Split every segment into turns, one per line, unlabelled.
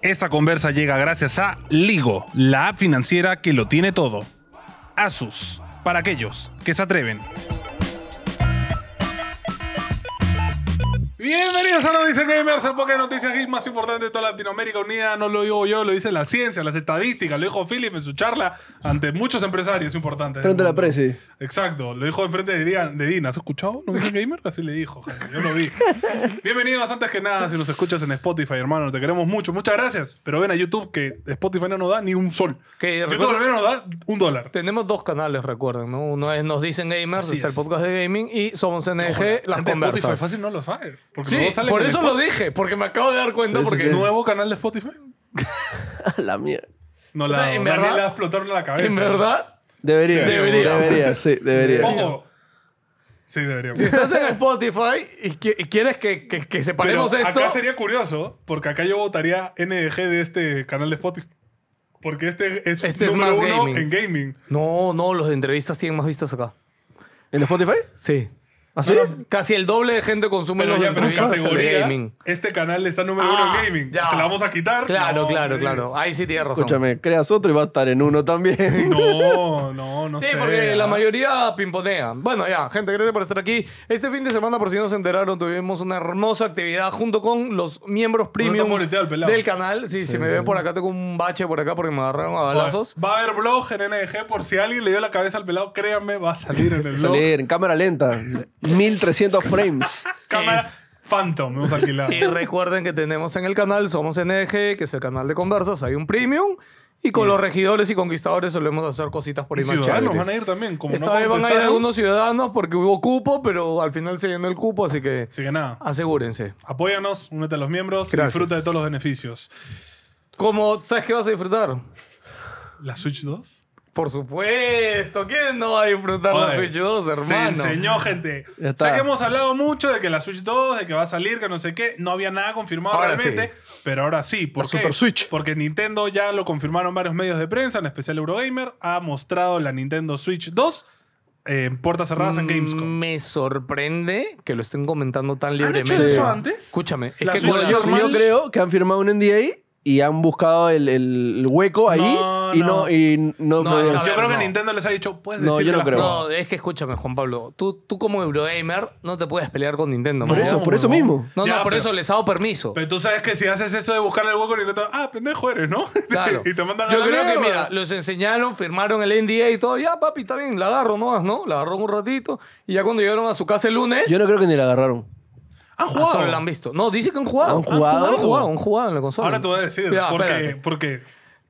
Esta conversa llega gracias a Ligo, la app financiera que lo tiene todo. Asus, para aquellos que se atreven. Bienvenidos a Noticias Gamers, el podcast de noticias geek más importante de toda Latinoamérica Unida. No lo digo yo, lo dice la ciencia, las estadísticas, lo dijo Philip en su charla ante muchos empresarios importantes.
Frente a la presi.
Exacto, lo dijo enfrente de, Dian- de Dina. ¿Has escuchado? ¿No es gamer? Así le dijo, Jaime, yo lo vi. Bienvenidos antes que nada, si nos escuchas en Spotify, hermano, te queremos mucho. Muchas gracias, pero ven a YouTube que Spotify no nos da ni un sol.
Que
YouTube al
recuerden,
menos nos da un dólar.
tenemos dos canales, recuerden, ¿no? Uno es Nos Dicen Gamers,
Así
está
es.
el podcast de gaming, y Somos NG,
Ojo, la gente
las
de Eh, Spotify
conversas.
fácil no lo sabe. Porque
Sí,
luego sale
por
en el
eso
Spotify.
lo dije, porque me acabo de dar cuenta,
Sí, sí,
porque
sí.
no-
¿Nuevo canal de Spotify?
A la mierda.
No
O
la,
sea,
hago.
en
Daniel
verdad-
le va a explotar la cabeza.
en verdad,
Debería.
Debería.
Debería, sí, debería.
Ojo. Sí, deberíamos.
si estás en Spotify y, qui- y quieres que, que- que
Pero
separemos esto,
acá sería curioso, porque acá yo votaría NDG de este canal de Spotify. Porque este es,
Este es
número
más
uno
gaming.
en gaming.
no, no, los de entrevistas tienen más vistas acá. ¿Ah,
¿En Spotify?
Sí.
¿Así?
Casi el doble de gente consume
Pero
los de
ya, pero en
entrevistas que el de
categoría,
gaming.
este canal está número uno
Ah,
en gaming.
ya.
¿Se la vamos a quitar?
Claro,
No,
claro,
hombre.
claro. Ahí sí tienes razón.
Escúchame, creas otro y va a estar en uno también.
No, no, no
sí,
sé.
porque la
¿ah?
mayoría pimponea. Bueno, ya, gente, gracias por estar aquí. Este fin de semana, por si no se enteraron, tuvimos una hermosa actividad junto con los miembros premium
moreteado el pelado.
del canal. Sí, si me ven por acá, tengo un bache por acá porque me agarraron a
Oye,
balazos.
Va a haber blog en NDG por si alguien le dio la cabeza al pelado, créanme, va a salir en el blog.
Salir en cámara lenta. 1300 frames.
Cámara
Es-
Phantom, hemos alquilado.
Y recuerden que tenemos en el canal Somos NG, que es el canal de conversas, hay un premium. Y con los regidores y conquistadores solemos hacer cositas por
Y
ahí más
ciudadanos
chéveres.
van a ir también. Como
Esta
no
vez van a ir
contestaron,
algunos ciudadanos porque hubo cupo, pero al final se llenó el cupo, así que
Así que nada,
asegúrense.
apóyanos, únete a los miembros,
Gracias.
disfruta de todos los beneficios.
Como, ¿sabes qué vas a disfrutar?
¿La Switch 2?
Por supuesto, ¿quién no va a
Ah,
disfrutar la
Oye,
Switch 2, hermano?
Se enseñó, gente.
Ya está.
Sé que hemos hablado mucho de que la Switch 2, de que va a salir, que no sé qué. No había nada confirmado
Ahora
realmente. Pero ahora sí. ¿Por
La
qué?
Super Switch.
Porque Nintendo ya lo confirmaron varios medios de prensa, en especial Eurogamer. Ha mostrado la Nintendo Switch 2 en puertas cerradas
Mm,
en Gamescom.
Me sorprende que lo estén comentando tan
¿Han
libremente.
hecho
Sí.
eso antes?
Escúchame, es
La
que
Switch
con
Bueno,
la
yo,
normal.
yo creo que han firmado un NDA y han buscado el, el hueco ahí
No,
y
no.
no, y no,
No,
podían-
no,
Yo
ver,
creo que Nintendo les ha dicho, puedes
No,
decir que
yo no
las
creo.
probas.
No, es que escúchame, Juan Pablo. Tú, tú como Eurogamer no te puedes pelear con Nintendo.
Por
man.
eso,
no,
por eso
huevón.
mismo.
No,
Ya,
no, por
pero-
eso les hago permiso.
Pero tú sabes que si haces eso de buscar el hueco, Nintendo, ah, pendejo eres, ¿no?
Claro.
y te mandan a
Yo
la
creo que,
mierda.
mira, los enseñaron, firmaron el NDA y todo. Ya, papi, está bien, la agarro nomás, ¿no? La agarró un ratito. Y ya cuando llegaron a su casa el lunes.
Yo no creo que ni la agarraron.
Han
Ah, solo
jugado.
la han visto. No, dice que han jugado.
¿Han jugado?
Han jugado, han jugado en la consola.
Ahora te voy a decir,
Ya,
porque,
espérate.
porque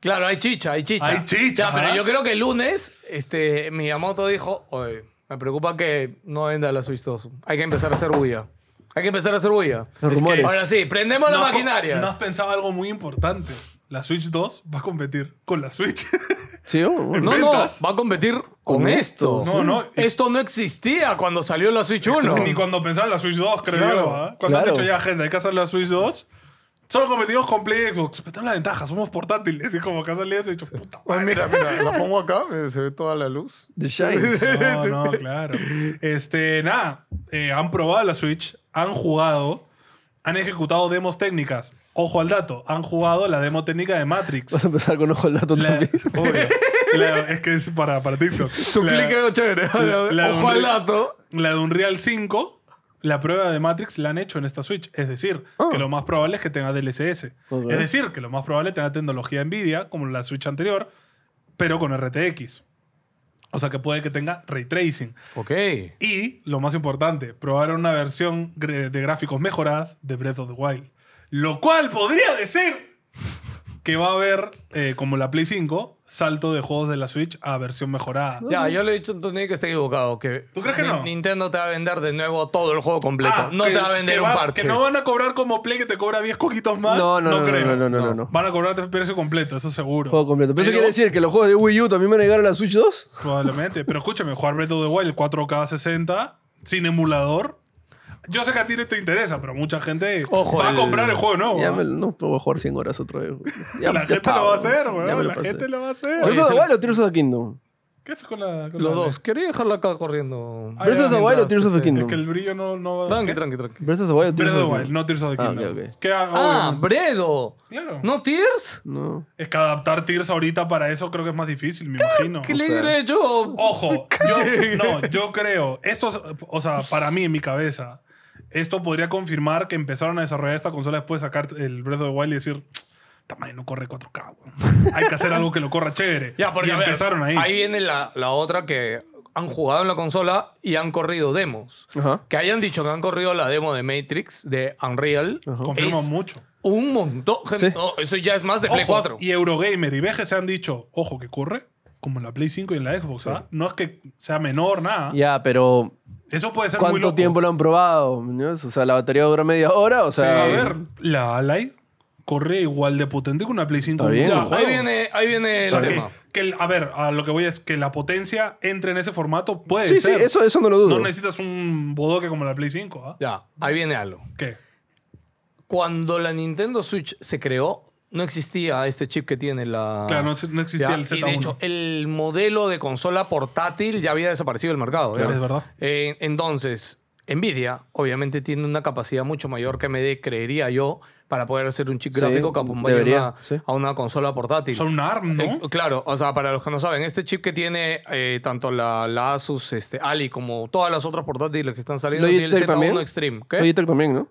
Claro, hay chicha, hay chicha.
Hay chicha,
Ya, pero
¿ah?
yo creo que el lunes, este, Miyamoto dijo, oye, me preocupa que no venda la Switch 2. Hay que empezar a hacer bulla. Hay que empezar a hacer bulla.
Los rumores.
Ahora sí, prendemos
no
las
has- no has
maquinarias.
pensado algo muy importante. La Switch 2 va a competir con la Switch.
Sí, oh, bueno.
No, no,
ventas.
va a competir con
Con
esto.
esto,
No, no.
Esto no existía cuando salió la Switch 1.
Ni cuando pensaron en la Switch 2, creo
Claro,
yo. ¿ah? Cuando han
claro.
dicho ya, gente, hay que hacer la Switch 2. Solo competimos con Play Xbox. Pero tenemos la ventaja, somos portátiles. Y como que ha salido, se ha dicho, puta
Oye,
madre.
Pues mira, mira, la pongo acá, eh, se ve toda la luz.
The Shines.
No, no, claro. Este, nada. eh, han probado la Switch, han jugado, han ejecutado demos técnicas. Ojo al dato, han jugado la demo técnica de Matrix.
Vas a empezar con ojo al dato
La-
también.
obvio. La- es que es para, para TikTok.
Tu
la,
clic quedó chévere.
la-
Ojo al dato.
la de Unreal 5, la prueba de Matrix la han hecho en esta Switch. Es decir,
Ah.
que lo más probable es que tenga DLSS.
Ok.
Es decir, que lo más probable tenga tecnología NVIDIA, como la Switch anterior, pero con RTX. O sea que puede que tenga ray tracing.
Ok.
Y, lo más importante, probaron una versión gre- de gráficos mejoradas de Breath of the Wild. Lo cual podría decir que va a haber, eh, como la Play 5, salto de juegos de la Switch a versión mejorada.
Uh.
Ya, yo le he dicho a Antonio que está equivocado. Que
¿Tú crees que
Ni-
no?
Nintendo te va a vender de nuevo todo el juego completo.
Ah,
no
que-
te va a vender
que
un
va-
parche.
Que no van a cobrar como Play que te cobra 10 coquitos más.
No, no, no, no,
creo.
no, no, no, no, no.
Van a cobrarte precio completo, eso seguro.
Juego completo. Pero eso
Pero-
quiere decir que los juegos de Wii U también van a llegar a la Switch 2.
Probablemente. Pero escúchame, jugar Breath of the Wild 4K 60 sin emulador. Yo sé que a ti no te interesa, pero mucha gente
Ojo,
va a
el-
comprar el juego nuevo.
Ya
¿ah?
me, no puedo jugar 100 horas otra vez. güey. Ya,
la
ya
gente
está,
lo va a
güey.
hacer,
Ya me
weón.
lo
La
pasé.
gente lo va a hacer.
Breath
Oye,
of
es
the
el-
Wild o Tears of the Kingdom?
¿Qué haces con la.? con
Los
la-
dos. Quería dejarla acá corriendo.
Ah,
¿Breath of the Wild o Tears of the
Es que
Kingdom?
el brillo no. no
Tranqui,
¿qué?
tranqui, tranqui.
Breath of the Wild
Breath
o Tears
of the
of
Wild, no Tears of the
Ah,
Kingdom.
ok, ok.
Que, ah,
Ah,
obviamente,
Bredo.
claro.
¿No Tears?
No.
Es que adaptar Tears ahorita para eso creo que es más difícil, me imagino.
¿Qué
O
le
sea,
diré yo?
Ojo, yo, no, yo creo. Esto, es- o sea, para mí, en mi cabeza, esto podría confirmar que empezaron a desarrollar esta consola después de sacar el Breath of the Wild y decir, tamaño, no corre 4K, weón. Hay que hacer algo que lo corra chévere.
Ya, porque
y
a ver,
empezaron ahí.
viene la, la otra que han jugado en la consola y han corrido demos.
Ajá.
Que hayan dicho que han corrido la demo de Matrix, de Unreal,
Ajá.
Confirmo
es-
mucho.
un montón. gente,
Sí.
no, eso ya es más de Play
Ojo,
4.
Y Eurogamer y BG se han dicho, ojo, que corre como en la Play 5 y en la Xbox, ¿ah? No es que sea menor, nada.
Ya, pero
Eso puede ser muy
¿cuánto
loco.
tiempo lo han probado? ¿No? O sea, la batería dura media hora, o sea...
A ver, la Ally corre igual de potente que una Play 5.
Está bien.
muchos
Ya, ahí
juegos.
viene, ahí viene
O
el
sea, que,
tema.
que el- a ver, a lo que voy es que la potencia entre en ese formato puede
Sí, sí,
ser.
eso, eso no lo dudo.
No necesitas un bodoque como la Play 5, ¿ah?
Ya, ahí viene algo.
¿Qué?
Cuando la Nintendo Switch se creó, no existía este chip que tiene la.
Claro, no, no existía
Ya,
el Z1.
Y de hecho, eh, el modelo de consola portátil ya había desaparecido del mercado.
Claro,
¿ya?
es verdad.
Eh, entonces, Nvidia obviamente tiene una capacidad mucho mayor que AMD, creería yo, para poder hacer un chip
Sí,
gráfico que acompañe
debería,
a una-
sí.
a una consola portátil.
Son un ARM, ¿no?
Eh, claro, o sea, para los que no saben, este chip que tiene eh, tanto la, la Asus, este, Ali, como todas las otras portátiles que están saliendo, tiene el
Logitech
Z1
también.
Extreme. ¿Qué?
Logitech también, ¿no?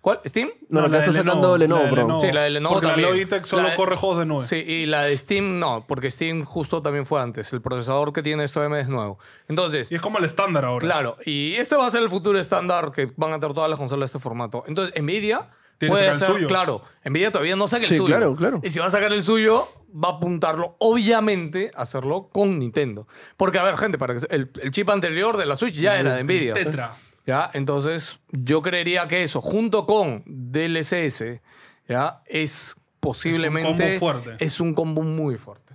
¿Cuál? ¿Steam?
No, la
de
que está sacando Lenovo,
la de
bro.
Sí, la de Lenovo
Porque
también.
la Logitech solo
La de-
corre juegos de nube.
Sí, y la de Steam no, porque Steam justo también fue antes. El procesador que tiene esto M es nuevo. Entonces,
Y es como el estándar ahora.
claro, y este va a ser el futuro estándar que van a tener todas las consolas de este formato. Entonces, Nvidia
Tiene que
puede
sacar el
ser,
suyo.
claro, Nvidia todavía no saca el
Sí,
suyo.
claro, claro.
Y si va a sacar el suyo, va a apuntarlo, obviamente, a hacerlo con Nintendo. Porque, a ver, gente, para que se- el, el chip anterior de la Switch ya era de Nvidia.
Tetra.
¿Ya? Entonces, yo creería que eso, junto con DLSS, ¿ya? Es posiblemente.
combo fuerte.
Es un combo muy fuerte.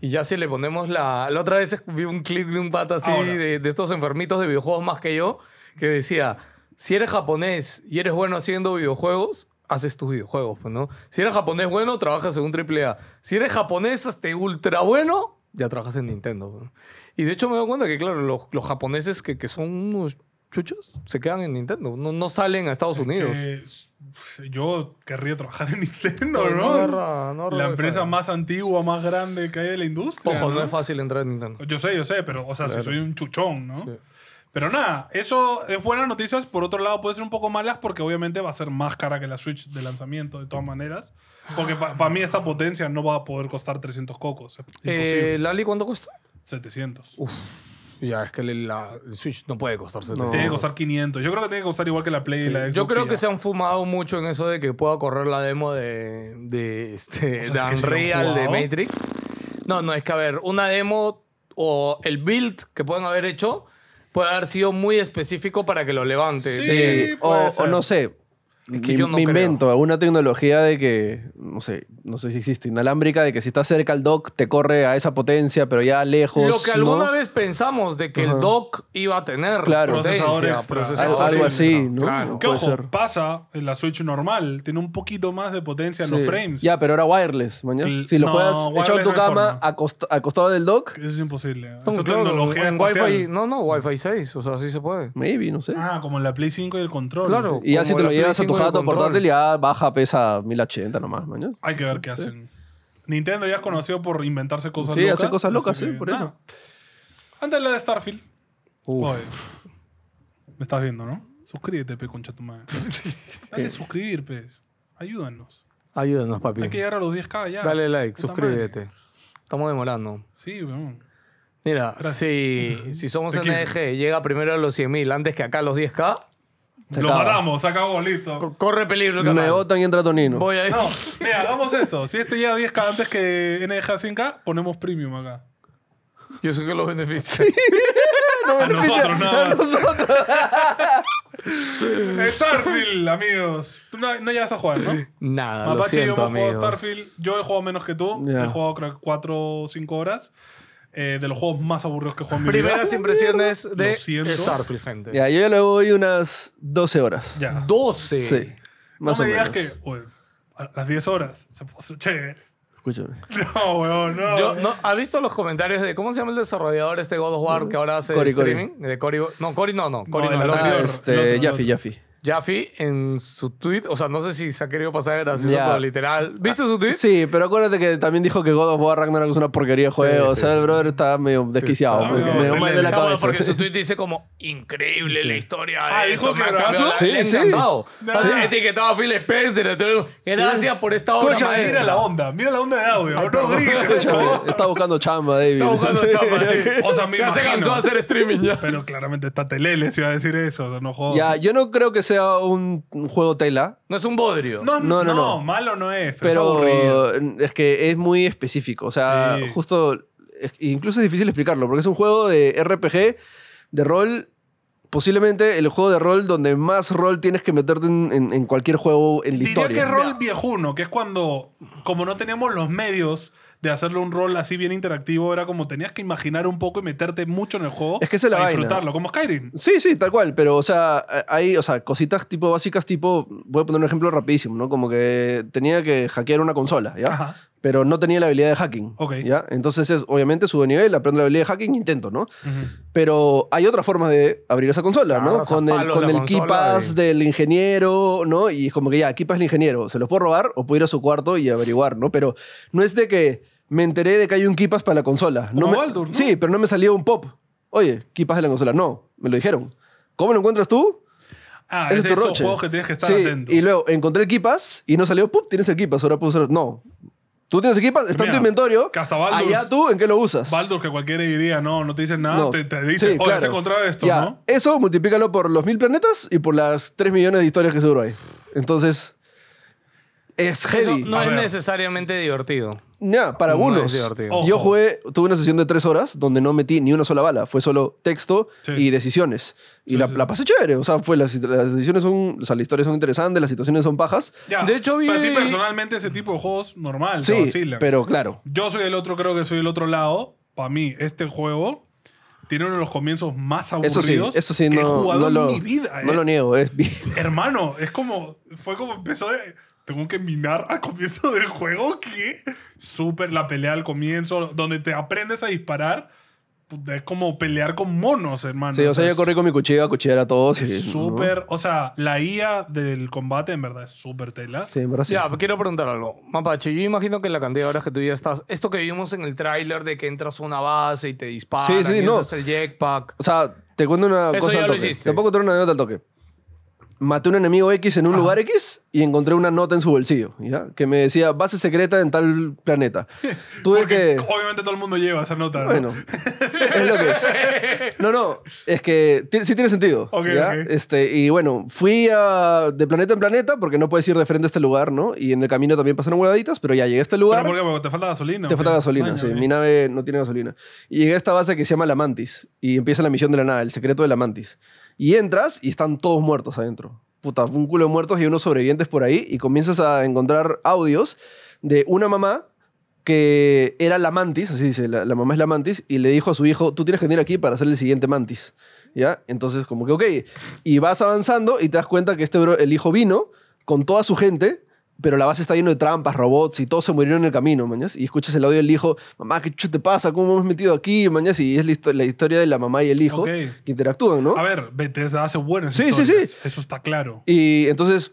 Y ya si le ponemos la. La otra vez vi un clip de un pata así,
Ahora.
de, de estos enfermitos de videojuegos más que yo, que decía: si eres japonés y eres bueno haciendo videojuegos, haces tus videojuegos, pues, ¿no? Si eres japonés bueno, trabajas en un AAA. Si eres japonés este ultra bueno, ya trabajas en Nintendo. ¿no? Y de hecho me doy cuenta que, claro, los, los japoneses que, que son unos chuchos se quedan en Nintendo. No, no salen a Estados Unidos.
Que, pf, pues, yo querría trabajar en Nintendo,
No, no
¿no?
agarra- no agarra
la
wifi.
empresa más antigua, más grande que hay de la industria.
Ojo,
¿no?
no es fácil entrar en Nintendo.
Yo sé, yo sé, pero, o sea, si soy un chuchón, ¿no?
Sí.
Pero nada, eso es buenas noticias. Por otro lado, puede ser un poco malas porque obviamente va a ser más cara que la Switch de lanzamiento, de todas maneras. Porque para mí esta potencia no va a poder costar 300 cocos. Es imposible.
Eh, ¿Lali cuánto cuesta?
700.
Ya, es que le- la, el Switch no puede costar 700.
Tiene que costar 500. Yo creo que tiene que costar igual que la Play y
Sí,
la Xbox.
Yo creo
y ya.
que se han fumado mucho en eso de que pueda correr la demo de, de, este,
O sea, es que si
de
lo han
Unreal, de
jugado.
Matrix. No, no, es que a ver, una demo o el build que pueden haber hecho puede haber sido muy específico para que lo levante.
Sí.
Sí,
puede
o, o
ser.
no sé.
Es que
me,
yo no
me
creo.
invento alguna tecnología de que, no sé, no sé si existe, inalámbrica, de que si está cerca el dock te corre a esa potencia, pero ya lejos.
Lo que alguna
¿no?
vez pensamos de que
Ajá.
el dock iba a tener
Claro.
potencia,
Procesador extra.
Al-
procesador
algo
extra.
así, ¿no?
Claro.
Que
Puede
ojo,
ser.
pasa en la Switch normal. Tiene un poquito más de potencia en los
Sí.
frames.
Ya, pero era wireless, mañana.
Cl-
Si lo
no,
juegas echado
wireless
en tu
no hay
cama,
forma.
acost- acostado del dock,
Eso es imposible. Eso
No,
es
claro,
tecnología
en
espacial.
Wi-Fi, no, no, Wi-Fi 6, o sea, sí se puede.
maybe, no sé.
Ah, como en la Play 5 y el control.
Claro.
y ya
como
si te
la
lo
Play
llevas a tu
5 de
jato
control.
portátil, ya baja, pesa 1080 nomás, mañana.
Hay que ver qué hacen. Nintendo ya es conocido por inventarse cosas
Sí,
locas.
hace cosas locas,
así
sí,
que,
por
nada. Antes la de Starfield.
Uf.
Oye, me estás viendo, ¿no? Suscríbete, pe, concha tu madre. Dale suscribir, pe. Ayúdanos.
Ayúdanos, papi.
Hay que llegar a los 10k ya.
Dale like,
Puta
suscríbete.
madre.
Estamos demorando.
Sí, weón.
Mira,
Gracias.
si, si somos
Te quiero.
NG, llega primero a los 100.000 antes que acá a los 10K,
Se
Lo
acaba.
matamos, se acabó, listo.
co- corre peligro el
Me
canal.
botan y entra Tonino.
Voy a
No, mira, hagamos esto. Si este llega a 10k antes que NDJ 100k, ponemos premium acá.
Yo sé que los beneficios.
A nosotros nada más.
Nosotros.
Starfield, amigos. Tú no, no llegas a jugar, ¿no?
Ah,
Nada, lo
Mapache, yo
siento,
hemos jugado
amigos.
Starfield. Yo he jugado menos que tú.
Ya.
He jugado creo que 4 o 5 horas. Eh, de los juegos más aburridos que he jugado en mi
Primeras
vida.
impresiones de
siento.
Starfield, gente.
Ya, yo ya le voy unas 12 horas.
Ya.
12.
Sí. Más
no
o
me digas
menos.
que, oye, a las 10 horas se puso chévere.
escúchame.
No, weón, no.
Yo, no, ¿Has visto los comentarios de cómo se llama el desarrollador este God of War que ahora hace
Cory, Cory.
streaming? De Cory- no, Cory no, no. Cory
No, el
no, el otro.
Ah,
anterior. el otro,
este,
el
Jaffi,
otro.
Jaffi.
Jaffe en su tweet, o sea, no sé si se ha querido pasar de gracioso,
Ya.
pero literal. ¿Viste su tweet?
Sí, pero acuérdate que también dijo que God of War Ragnarok es una porquería de juego.
sí.
o sea, el brother está medio desquiciado,
está
medio,
medio
medio mal de la
No,
cabeza.
porque su tweet dice como increíble la historia.
Ah,
de
dijo
estos
que
mancos".
bravazo.
Le- le
Sí, sí.
encantado.
Ya.
Sí. Etiquetaba a Phil Spencer. entonces, Gracias por esta obra.
Escucha,
maestra".
mira la onda, mira la onda de audio. No grites, por favor.
Escúchame, está buscando chamba, David.
Está buscando chamba. sí.
O sea, me
Ya se
imagino.
cansó de hacer streaming ya.
Pero claramente está Telele si va a decir eso, o sea, no jodas.
Ya, yo no creo que sea un un juego tela,
No es un bodrio.
No, no, no,
No, no, no.
malo no es, pero, es aburrido.
pero es que es muy específico. O sea,
Sí.
justo, es- incluso es difícil explicarlo, porque es un juego de RPG, de rol, posiblemente el juego de rol donde más rol tienes que meterte en, en- en cualquier juego en la
Diría
historia.
que es rol viejuno, que es cuando, como no teníamos los medios de hacerle un rol así bien interactivo, era como tenías que imaginar un poco y meterte mucho en el juego
Es que esa es la
para
vaina.
disfrutarlo, como Skyrim.
Sí, sí, tal cual, pero o sea, hay o sea, cositas tipo básicas, tipo, voy a poner un ejemplo rapidísimo, ¿no? Como que tenía que hackear una consola, ¿ya?
Ajá.
Pero no tenía la habilidad de hacking,
Ok.
¿ya? Entonces es, obviamente, subo de nivel, aprendo la habilidad de hacking, intento, ¿no? Pero hay otras formas de abrir esa consola, ¿no?
Agarras a
Con el,
palos
con
la
el
consola
keypass
y-
del ingeniero, ¿no? Y es como que ya, keypass el ingeniero, se los puedo robar o puedo ir a su cuarto y averiguar, ¿no? Pero no es de que me enteré de que hay un keypass para la consola.
Como
me,
Baldur, ¿no?
Sí, pero no me salió un pop. Oye, keypass de la consola. No, me lo dijeron. ¿Cómo lo encuentras tú?
Ah,
Ese
es
es
de
tu
esos
roche.
juegos que tienes que estar
Sí,
atento.
Y luego encontré el keypass y no salió, ¡pup! Tienes el keypass, ahora puedo usarlo. No. Tú tienes el keypass, está en
Mira,
tu inventario.
que hasta Baldur-
Allá tú, ¿en qué lo usas?
Baldur, que cualquiera diría, no, no te dicen nada,
No.
te, te dicen, "Oh,
Sí,
oye,
claro.
has encontrado esto,
Ya,
¿no?
Eso multiplícalo por los mil planetas y por las 3 millones de historias que seguro hay. Entonces, es
Eso
heavy.
no
A
es
ver.
necesariamente divertido.
Ya, para
no
algunos.
es divertido.
Ojo.
Yo jugué, tuve una sesión de 3 horas donde no metí ni una sola bala. Fue solo texto
Sí.
y decisiones. Y
Sí,
la,
sí,
la
sí.
pasé chévere. O sea, fue, las, las decisiones son. O sea, las historias son interesantes, las situaciones son pajas.
Ya,
De hecho, vi-
Para ti personalmente ese tipo de juegos normal, te
Sí,
vacilan.
pero claro.
Yo soy el otro, creo que soy el otro lado. Para mí, este juego tiene uno de los comienzos más aburridos
Eso sí, eso sí,
que he
no,
jugado
no
en
lo,
mi vida.
no
eh.
lo niego. Es bien.
Hermano, es como. Fue como empezó de. Tengo que minar al comienzo del juego. que Súper la pelea al comienzo, donde te aprendes a disparar. Puta, Es como pelear con monos, hermano.
Sí, o sea, yo
es-
corrí con mi cuchillo a cuchillar a todos. y-
Es súper. O sea, la IA del combate, en verdad, es súper tela.
Sí, en verdad sí.
Ya, pero quiero preguntar algo. Mapache, yo imagino que la cantidad de horas que tú ya estás. Esto que vimos en el tráiler de que entras a una base y te disparan,
Sí, sí,
y
no.
usas el jetpack.
O sea, te cuento una
Eso
cosa
ya
al
lo
toque.
hiciste.
Te puedo contar una anécdota al toque. Maté un enemigo X en un lugar X y encontré una nota en su bolsillo, ¿ya? Que me decía base secreta en tal planeta. Tuve
Porque
que.
obviamente todo el mundo lleva esa nota. ¿no?
Bueno, es lo que es. No, no, es que ti- sí tiene sentido.
Ok,
¿ya?
ok.
Este, y bueno, fui a- de planeta en planeta porque no puedes ir de frente a este lugar, ¿no? Y en el camino también pasaron huevaditas, pero ya llegué a este
¿Pero
lugar.
por qué? Porque te falta gasolina.
Te
¿o
falta
qué?
gasolina,
Ay,
sí.
ya,
Mi nave no tiene gasolina. Y llegué a esta base que se llama La Mantis. Y empieza la misión de la nada, el secreto de La Mantis. Y entras y están todos muertos adentro. Puta, un culo de muertos y unos sobrevivientes por ahí. Y comienzas a encontrar audios de una mamá que era la mantis, así dice, la, la mamá es la mantis, y le dijo a su hijo, tú tienes que venir aquí para hacer el siguiente mantis. ¿Ya? Entonces, como que, ok. Y vas avanzando y te das cuenta que este bro- el hijo vino con toda su gente, pero la base está llena de trampas, robots, y todos se murieron en el camino, mañas. Y escuchas el audio del hijo, mamá, ¿qué chucho te pasa? ¿Cómo me hemos metido aquí, mañas? Y es la, histo- la historia de la mamá y el hijo
Ok.
que interactúan, ¿no?
A ver, Bethesda hace buenas
Sí, sí,
historias. Eso está claro.
Y entonces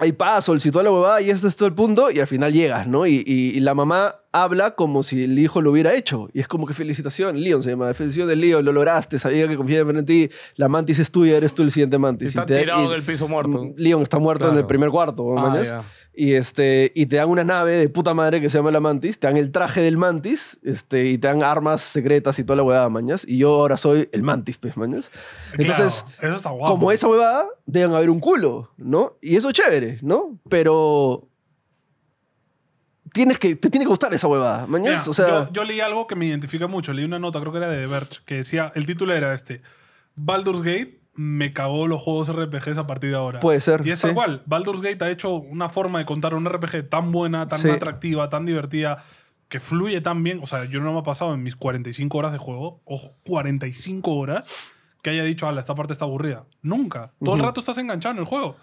hay paso, el toda la huevada y este es todo el punto y al final llegas, ¿no? Y, y- y la mamá habla como si el hijo lo hubiera hecho. Y es como que felicitación, Leon se llama, felicitaciones Leon, lo lograste, sabía que confiaba en ti, la mantis es tuya, eres tú el siguiente mantis.
Está
Y te-
tirado
y-
del piso muerto.
Mm, Leon está muerto en
Claro.
el primer cuarto,
Ah,
¿mañas?
ya.
Y, este, y te dan una nave de puta madre que se llama la Mantis, te dan el traje del Mantis este, y te dan armas secretas y toda la huevada, mañas. Y yo ahora soy el Mantis, pues, mañas. Entonces,
Claro, eso está guapo.
como esa huevada, deben haber un culo, ¿no? Y eso es chévere, ¿no? Pero. Tienes que, te tiene que gustar esa huevada,
Mira,
mañana. o sea,
yo, yo leí algo que me identifica mucho. Leí una nota, creo que era de The Verge, que decía, el título era este, Baldur's Gate me cagó los juegos RPGs a partir de ahora.
Puede ser,
Y es
sí.
tal cual. Baldur's Gate ha hecho una forma de contar un RPG tan buena, tan
Sí.
atractiva, tan divertida, que fluye tan bien. O sea, yo no me ha pasado en mis 45 horas de juego, ojo, 45 horas, que haya dicho, ala, esta parte está aburrida. Nunca. Todo el
Ujú.
rato estás enganchado en el juego.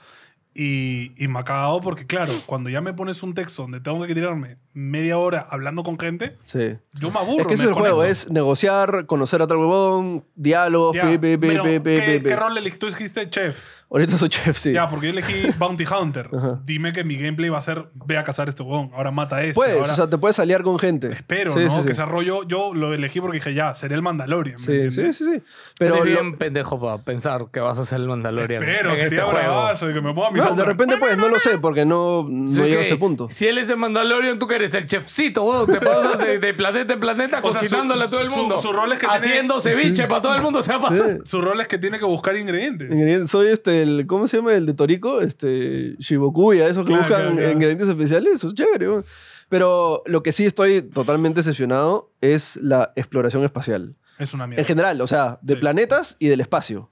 Y, y me ha cagado porque, claro, cuando ya me pones un texto donde tengo que tirarme media hora hablando con gente,
Sí.
yo me aburro.
Es que ese es
me
el juego,
desconecto.
es negociar, conocer a tal huevón, diálogos,
Ya,
pi, pi, pi,
pero,
pi, pi,
¿qué,
pi, pi.
qué rol elegiste? Tú dijiste chef.
Ahorita soy chef, sí.
Ya, pues, porque yo elegí Bounty Hunter.
Ajá.
Dime que mi gameplay va a ser, ve a cazar a este huevón, ahora mata a este.
Puedes,
ahora-
Pues, o sea, te puedes aliar con gente.
Espero,
Sí,
¿no?
sí, sí.
que ese rollo, yo lo elegí porque dije, ya, seré el Mandalorian. ¿me
Sí, sí,
entiendes?
sí, sí. Pero
Eres
lo-
bien pendejo para pensar que vas a ser el Mandalorian
Pero
en
sería
este juego.
bravazo y que me ponga mi
no, de
sombra.
repente, pues, no lo sé, porque no,
Sí,
no llego a
que
ese punto.
Si él es el Mandalorian, tú que eres el chefcito, weón. Te pasas de, de planeta en planeta
O sea, su-
cocinándole a todo el
su-
mundo.
su rol es que tiene-
haciendo ceviche para todo el mundo. Se va a pasar.
Sí.
Su rol es que tiene que buscar ingredientes.
Ingredientes- Soy este, el, ¿cómo se llama el de Torico? Este, Shibokuya, esos que
Claro,
buscan
claro, claro.
ingredientes especiales, eso es chévere. weón. Pero lo que sí estoy totalmente decepcionado es la exploración espacial.
Es una mierda.
En general, o sea, de
Sí.
planetas y del espacio.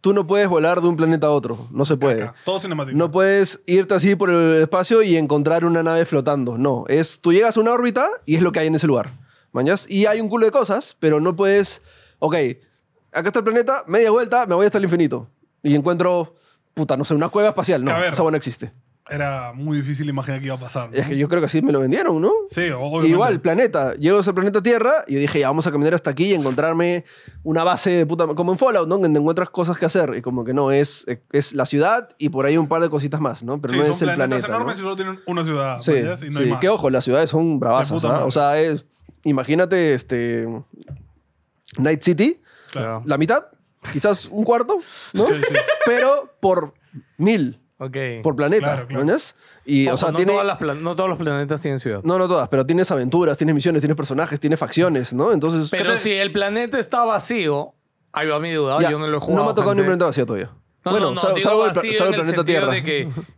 Tú no puedes volar de un planeta a otro, no se puede.
Acá, Todo cinemático.
No puedes irte así por el espacio y encontrar una nave flotando. No, es tú llegas a una órbita y es lo que hay en ese lugar. ¿Mañas? Y hay un culo de cosas, pero no puedes. Ok, acá está el planeta, media vuelta, me voy hasta el infinito. Y encuentro, puta, no sé, una cueva espacial. No,
A ver.
esa buena existe.
Era muy difícil imaginar que iba a pasar. ¿no?
Es que yo creo que así me lo vendieron, ¿no?
Sí, o-
Y
obviamente.
Igual, planeta. Llego a ese planeta Tierra y yo dije, ya vamos a caminar hasta aquí y encontrarme una base de puta. Como en Fallout, ¿no? Donde encuentras cosas que hacer. Y como que no, es, es la ciudad y por ahí un par de cositas más, ¿no? Pero
Sí,
no
son
es el
planetas
planeta.
enormes
¿no?
y solo tienen una ciudad.
Sí,
¿ves? y no hay
sí.
más.
que ojo, las ciudades son bravasas.
puta
¿ah?
madre.
O sea, es, imagínate este, Night City,
Claro.
la mitad, quizás un cuarto, ¿no?
Sí, sí.
pero por mil,
Ok.
por planeta.
Claro, claro.
¿mañas? Y,
Ojo,
o sea,
no,
tiene.
todas las plan- no todos los planetas tienen ciudad.
No, no todas, pero tienes aventuras, tienes misiones, tienes personajes, tienes facciones, ¿no? Entonces.
Pero si el planeta está vacío, ahí va mi duda.
Ya,
yo no lo he jugado.
me ha tocado ni un
gente.
planeta vacío todavía.
No,
bueno,
no, no,
sal-
digo
salvo el pla-
vacío
salvo el
en el
planeta
sentido
Tierra.
de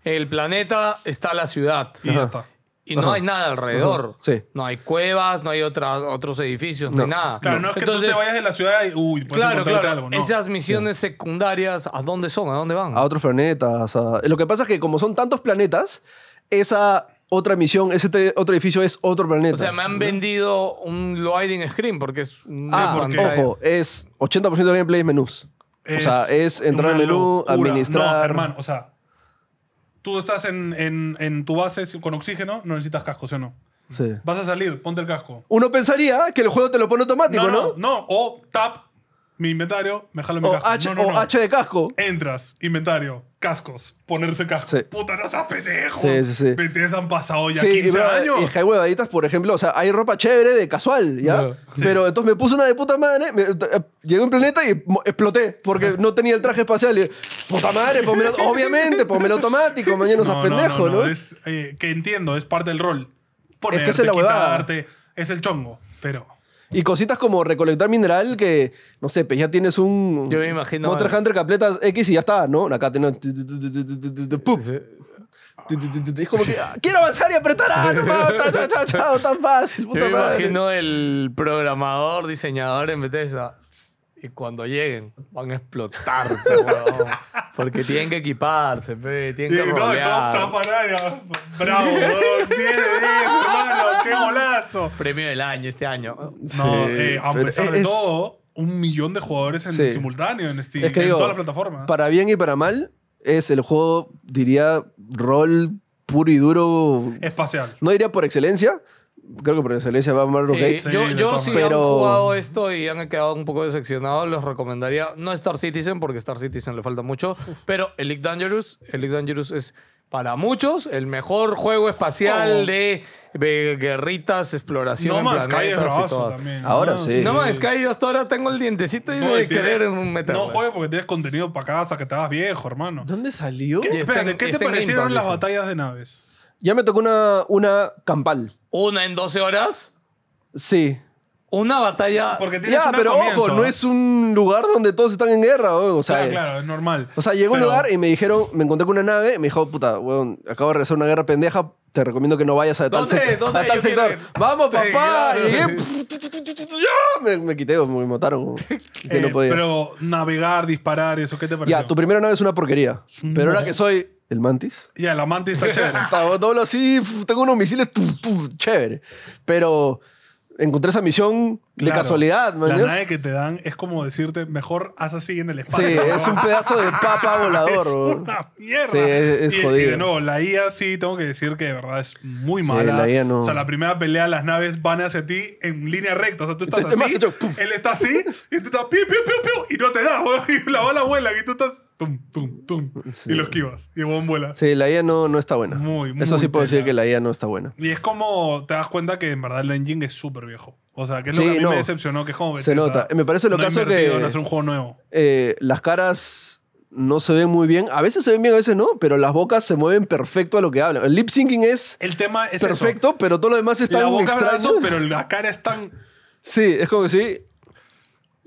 que el planeta está la ciudad.
Y ya está.
Y no
Ajá.
hay nada alrededor.
Ajá, sí.
No hay cuevas, no hay otras, otros edificios, no, hay
No.
nada.
Claro, no es que tú
Entonces,
te vayas de la ciudad y, uy, puedes
Claro,
encontrarte
claro.
algo. No.
Esas misiones secundarias, ¿a dónde son? ¿A dónde van?
a otros planetas. a- Lo que pasa es que como son tantos planetas, esa otra misión, ese te- otro edificio es otro planeta.
o sea, me han vendido un loading screen porque es un
Ah,
porque-
ojo, es 80% de gameplay es menús. o sea, es entrar al
una
menú,
locura. No,
administrar.
hermano, o sea, tú estás en, en, en tu base con oxígeno, no necesitas casco, ¿sí o no?
Sí.
Vas a salir, ponte el casco.
Uno pensaría que el juego te lo pone automático,
No,
¿no?
no, no. O tap, mi inventario, me jalo mi
O,
casco.
H,
no, no,
o
no.
H de casco.
Entras, inventario, cascos, ponerse casco.
Sí.
Puta, no seas pendejo.
Sí, sí, sí.
Vete, han pasado ya
Sí,
15
y, bro,
años.
y es que hay huevaditas, por ejemplo, o sea, hay ropa chévere de casual, ¿ya?
Claro.
Sí.
Pero entonces me puse una de puta madre, me- eh, llegué a un planeta y mo- exploté porque no tenía el traje espacial. Y, puta madre, ponmelo, obviamente, ponmelo automático, mañana no seas pendejo, ¿no?
Es, eh, que entiendo, es parte del rol. Ponerte,
Es que esa es la huevada.
quitarte, es el chongo, pero...
Y cositas como recolectar mineral que, no sé, pues ya tienes un
Yo me imagino-
Monster Hunter que aprietas X y ya está, ¿no? Acá tienes... ¡Pum! Es como que, ah, quiero avanzar y apretar ¡Ah, no, mames, chao, chao, chao, chao, tan fácil,
Yo
puta
me
madre.
imagino el programador, diseñador en Bethesda. Y cuando lleguen, van a explotar, pe, huevón. Porque tienen que equiparse, pe,
Y
tienen que
no,
rolear.
top para nada. Bravo, weón. 10 de 10, hermano. ¡Qué golazo!
Premio del año este año.
no,
Sí,
eh, a
pero
pesar de
es-
todo, un millón de jugadores en
Sí.
simultáneo en Steam,
Es que
en
digo,
todas las plataformas.
Para bien y para mal, es el juego, diría, rol puro y duro.
Espacial.
No diría por excelencia, creo que por excelencia va a Mario
Eh,
Gates.
Sí,
yo
de
yo
todas
si
maneras.
han
Pero-
jugado esto y han quedado un poco decepcionados, les recomendaría no Star Citizen, porque Star Citizen le falta mucho, pero Elite Dangerous, Elite Dangerous es para muchos el mejor juego espacial
Oh.
de, de guerritas, exploración
No
en
más Sky es
planetas y
bravazo
todo.
también.
Ahora
Ah,
sí.
No más Sky, yo hasta ahora tengo el dientecito y
No,
de
y tiene-
querer meterlo.
pues.
No juegues porque tienes contenido para casa que te hagas viejo, hermano.
¿Dónde salió?
¿Qué,
Y está en-
espérate, ¿qué
está
te
en Game Pass,
parecieron las
dice.
batallas de naves?
Ya me tocó una, una campal.
Una en 12 horas,
Sí.
una batalla.
Porque tienes
Ya,
una
pero
comienzo,
ojo, no
¿eh?
es un lugar donde todos están en guerra. weón. O sea,
Claro, claro, es normal.
O sea, llegó a un
Pero-
lugar y me dijeron, me encontré con una nave, y me dijo, puta, weón, acabo de regresar a una guerra pendeja, te recomiendo que no vayas a tal,
¿Dónde?
sec-
¿Dónde?
a tal
Yo
sector.
quiero ir.
Vamos,
Sí,
papá.
claro.
Llegué, ya, me, me quité, me mataron. weón. Que
eh,
no podía.
Pero navegar, disparar, eso, ¿qué te pareció?
ya, tu primera nave es una porquería. Pero ahora que soy el mantis,
Ya, el amante está chévere.
está, todo así, f- tengo unos misiles, tu, tu, chévere. Pero encontré esa misión de
Claro.
casualidad,
La
man.
nave que te dan es como decirte, mejor haz así en el
Sí,
espacio. ¿no?
es un pedazo de papa volador.
Es
weón.
una mierda.
Sí, es- es
Y- y,
jodido.
de nuevo, la IA sí, tengo que decir que de verdad es muy
Sí,
mala.
la IA no-
O sea, la primera pelea, las naves van hacia ti en línea recta. O sea, tú estás
Es más,
así,
yo, pum.
él está así, y tú estás piu, piu, piu, piu, y no te da, weón. Y la bala vuela, y tú estás tum, tum, tum.
Sí.
Y lo esquivas, y el weón vuela.
Sí, la IA no, no está buena.
Muy, muy
Eso sí puedo
tela.
decir que la IA no está buena.
Y es como te das cuenta que en verdad el engine es súper viejo. O sea, que es lo
Sí,
que a mí
no.
me decepcionó, que es como
Se
Bethesda
nota. Me parece lo
no ha
caso
invertido
que
en hacer un juego nuevo.
eh, las caras no se ven muy bien. A veces se ven bien, a veces no, pero las bocas se mueven perfecto a lo que hablan. El lip syncing es
El tema es eso.
perfecto, pero todo lo demás está
La
un
boca es
extraño.
brazo, pero la cara es tan...
Sí, es como que sí.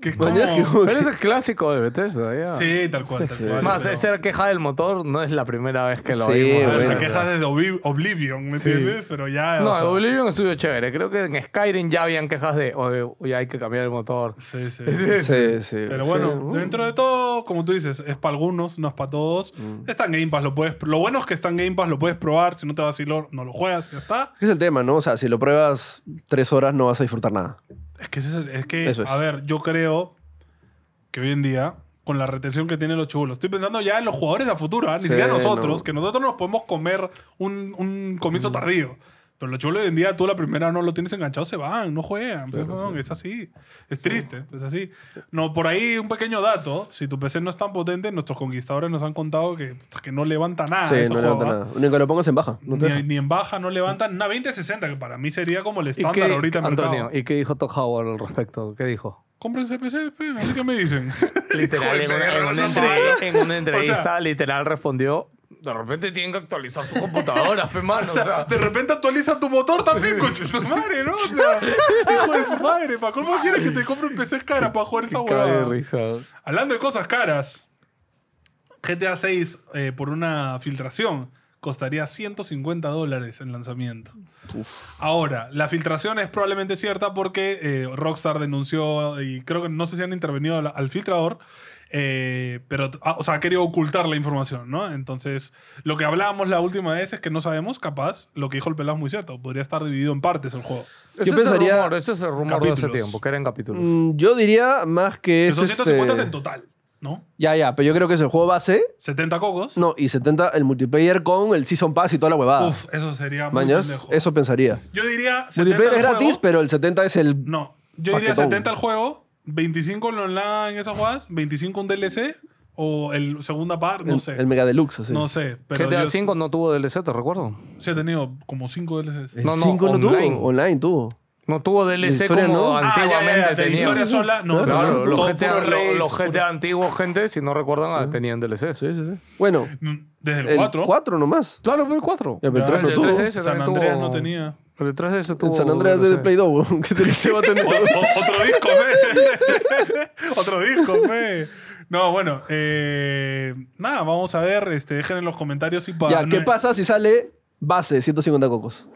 Que es
Mañana es que
como...
como que-
Pero eso es clásico de Bethesda, ya.
Sí, tal cual.
Sí,
tal
sí.
cual,
Más,
pero-
esa queja del motor no es la primera vez que lo
Sí,
A
oímos.
ver,
bueno.
la queja desde Obli- Oblivion, ¿me
Sí.
entiendes? Pero ya.
No,
o sea,
Oblivion estuvo chévere. Creo que en Skyrim ya habían quejas de, oye, uy, hay que cambiar el motor.
Sí, sí.
Sí, sí.
Pero
sí. Mm.
bueno, dentro de todo, como tú dices, es para algunos, no es para todos.
Mm.
Está en Game Pass, lo puedes. Lo bueno es que está en Game Pass, lo puedes probar. Si no te va a vacilar, no lo juegas, ya está.
Es el tema, ¿no? O sea, si lo pruebas tres horas no vas a disfrutar nada.
Es que, ese es, el- es que
Eso es.
a ver, yo creo que hoy en día, con la retención que tienen los chulos, estoy pensando ya en los jugadores a futuro, ¿ah? ni
Sí,
siquiera nosotros,
no. Mm.
que nosotros nos podemos comer un, un comienzo tardío. Pero los chulos hoy en día, tú la primera no lo tienes enganchado, se van, no juegan. pues, weón, Es así. Es triste, es así. No, por ahí un pequeño dato. Si tu PC no es tan potente, nuestros conquistadores nos han contado que, que no levanta nada.
sí,
ese
no
juego,
levanta
¿ah?
nada. Ni que lo pongas en baja. No te
Ni, ni en baja, no levantan. Una 2060, que para mí sería como el estándar ahorita en el mercado.
Antonio, ¿y qué dijo Todd Howard al respecto? ¿Qué dijo?
Cómprense PC, pe, pues, así que me dicen.
Literal, en,
Hijo de
una, en
perra,
una
no
entrevista,
mames.
en una
O
entrevista,
sea-
literal respondió, de repente tienen que actualizar sus computadoras, pe, mano.
O sea, de repente actualiza tu motor también, coche. Tu madre, ¿no? O sea, hijo de su madre. ¿Para cómo quieres que te compre un PC cara para jugar esa
cae de
huevada?
risa.
Hablando de cosas caras, GTA 6 eh, por una filtración costaría 150 dólares en lanzamiento. Ahora, la filtración es probablemente cierta porque eh, Rockstar denunció y creo que no sé si han intervenido al, al filtrador, eh, pero, ah, o sea, ha querido ocultar la información, ¿no? Entonces, lo que hablábamos la última vez es que no sabemos, capaz, lo que dijo el pelado es muy cierto, podría estar dividido en partes el juego.
Ese es
pensaría-
el rumor, ese es el rumor de hace
Capítulos.
tiempo, que eran capítulos.
Mm, Yo diría más que
Que
es
son 150
este-
en total, ¿no?
Ya, ya, pero yo creo que es el juego base,
70 cocos.
no, y 70 el multiplayer con el Season Pass y toda la huevada.
Uf, eso sería muy
Mañas,
pendejo.
eso pensaría.
Yo diría 70
Multiplayer es
al
gratis,
juego.
pero el 70 es el
No, yo diría
Paquetón.
70 al juego, 25 en online, esas jugadas, 25 un DLC o el segunda par, no
el,
sé.
el mega deluxe, así.
No sé, pero
GTA
yo
V no tuvo DLC, te recuerdo.
sí he tenido como 5 DLCs.
El
No, no,
5 no,
online.
tuvo, online tuvo.
No tuvo DLC
historia
como
no?
Ah, ya, ya, ya,
antiguamente
de
tenía.
historia sola, no,
Claro,
no,
los,
todo
GTA,
puro
lo-
raids,
los
puro-
GTA antiguos, gente, si no recuerdan, ah, tenían DLC.
Bueno,
Mm, Desde el
el
4.
4, nomás.
Claro, pero el 4.
Ya, pero el tres no
el
tuvo.
3DS
San
también
Andreas
tuvo-
no tenía.
El 3DS tuvo.
El San Andreas es de
DLC.
Play 2, weón, que te- se va a tener.
O- o- otro disco, fe. otro disco, fe. No, bueno, eh, nada, vamos a ver. Este, dejen en los comentarios si pa-
ya, ¿qué
no-
pasa si sale base 150 cocos?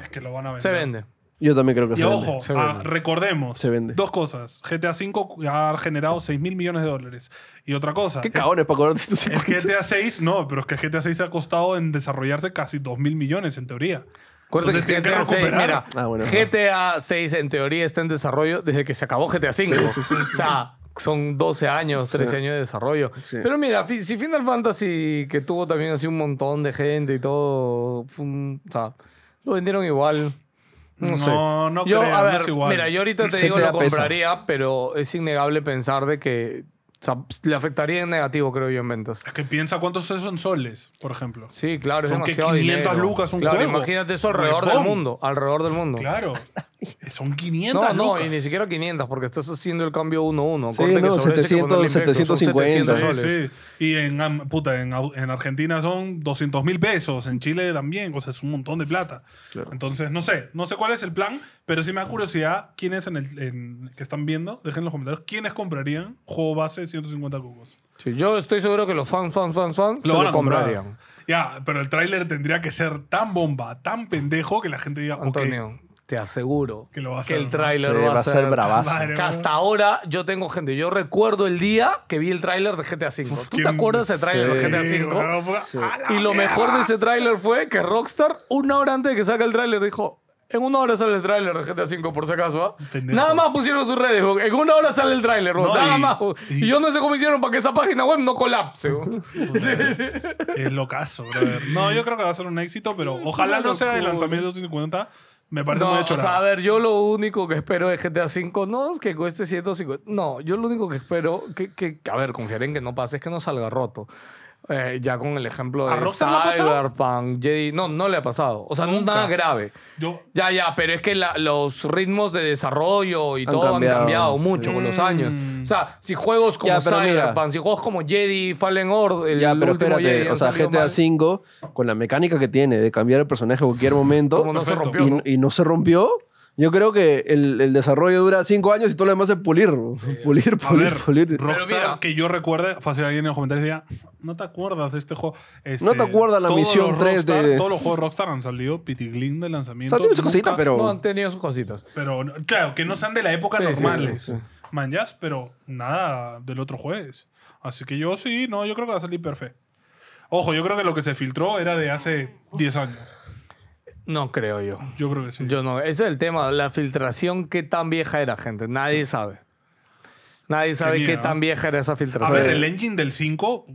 Es que lo van a vender.
Se vende.
Yo también creo que
Y
se vende.
ojo,
se vende.
ah, recordemos
Se vende.
dos cosas. GTA V ha generado 6 mil millones de dólares. Y otra cosa,
Qué
el-
cagones para cobrar
el
150.
GTA 6, no, pero es que el GTA 6 ha costado en desarrollarse casi 2 mil millones en teoría.
Acuérdate
Entonces tienen que
que GTA 6,
recuperar.
mira,
Ah, bueno,
GTA 6 en teoría está en desarrollo desde que se acabó GTA 5. O sea, son 12 años, 13 años de desarrollo.
Sí.
Pero mira, fi- si Final Fantasy, que tuvo también así un montón de gente y todo, fue un- o sea, lo vendieron igual. No,
No,
sé.
no
yo,
creo,
a
no
ver,
es igual.
Mira, yo ahorita te digo
GTA
lo
pesa.
compraría, pero es innegable pensar de que o sea, le afectaría en negativo, creo yo, en ventas.
Es que piensa cuántos son soles, por ejemplo.
Sí, claro, es
Son que
demasiado
500
dinero.
lucas un
claro,
juego.
Imagínate eso alrededor
Huevón.
del mundo, alrededor del mundo.
Claro. Son 500
No, no,
lucas.
y ni siquiera 500 porque estás haciendo el cambio 1-1.
Sí,
Corte que
no,
sobre ese hay que ponerle
700,
impuestos, son 700
Sí,
soles.
sí. Y en, am- puta, en, au- en Argentina son 200 mil pesos, en Chile también, o sea, es un montón de plata.
Claro.
Entonces, no sé, no sé cuál es el plan, pero sí me da curiosidad quiénes en el, en- que están viendo, dejen en los comentarios, quiénes comprarían juego base de 150 cubos.
Sí, yo estoy seguro que los fans, fans, fans, fans
Lo
se
van
lo
a comprar.
comprarían.
Ya, pero el tráiler tendría que ser tan bomba, tan pendejo, que la gente diga, ok,
Antonio, te aseguro
Que lo va a
el
hacer.
tráiler
Sí,
va, a ser
bravazo.
Madre.
Que hasta ahora yo tengo gente. Yo recuerdo el día que vi el tráiler de GTA V. ¿Tú te
¿quién-
acuerdas del tráiler
Sí,
de GTA V?
weón, fue- a la
Y lo mejor de ese tráiler fue que Rockstar, una hora antes de que saque el tráiler, dijo, En una hora sale el tráiler de GTA V, por si acaso. ¿ah?
Pendejos.
Nada más pusieron sus redes. bo. En una hora sale el tráiler. bo.
No,
Nada
y-
más. bo. Y,
y-
yo no sé cómo hicieron para que esa página web no colapse. bo.
Es locazo, brother. No, yo creo que va a ser un éxito, pero ojalá no sea el
locura.
lanzamiento de 250. Me parece
No,
muy
o sea, a
chorada.
ver, yo lo único que espero de GTA V no es que cueste 150. No, yo lo único que espero, que, que a ver, confiaré en que no pase, es que no salga roto. Eh, ya con el ejemplo
¿A
de
Rockstar le ha pasado?
Cyberpunk, Jedi, no, no le ha pasado. O sea, no
Nunca.
nada grave.
Yo,
Ya, ya, pero es que la- los ritmos de desarrollo y
Han
todo han
cambiado,
cambiado
sí.
mucho con los años.
Mm.
O sea, si juegos como
Ya, pero mira.
Cyberpunk, si juegos como Jedi, Fallen Order, el
ya, pero
último Jedi
espérate,
han
o sea,
salido
GTA
mal,
V, con la mecánica que tiene de cambiar el personaje a cualquier momento
como no se
Perfecto.
rompió.
y,
¿no?
y no se rompió, yo creo que el, el desarrollo dura cinco años y todo lo demás es pulir, bro. pulir,
a
pulir,
ver,
pulir.
Rockstar,
mira.
que yo recuerde, fácil alguien en los comentarios diga, no te acuerdas de este juego. Este,
No te acuerdas la
todos
misión
los
3 de-
Rockstar- Todos los juegos Rockstar han salido, pitiglín de
O
lanzamiento.
sea, tiene sus
nunca-
cositas, pero...
No han tenido sus cositas.
Pero, no- claro, que no sean de la época
Sí, sí,
normales.
sí, sí.
Manjas, pero nada del otro jueves. Así que yo sí, no, yo creo que va a salir perfecto. Ojo, yo creo que lo que se filtró era de hace 10 años.
No creo yo.
Yo creo que sí.
Yo no, ese es el tema, la filtración, qué tan vieja era, gente. Nadie sabe. Nadie sabe qué,
miedo,
tan
¿no?
vieja era esa
a
filtración.
ver, el engine del 5,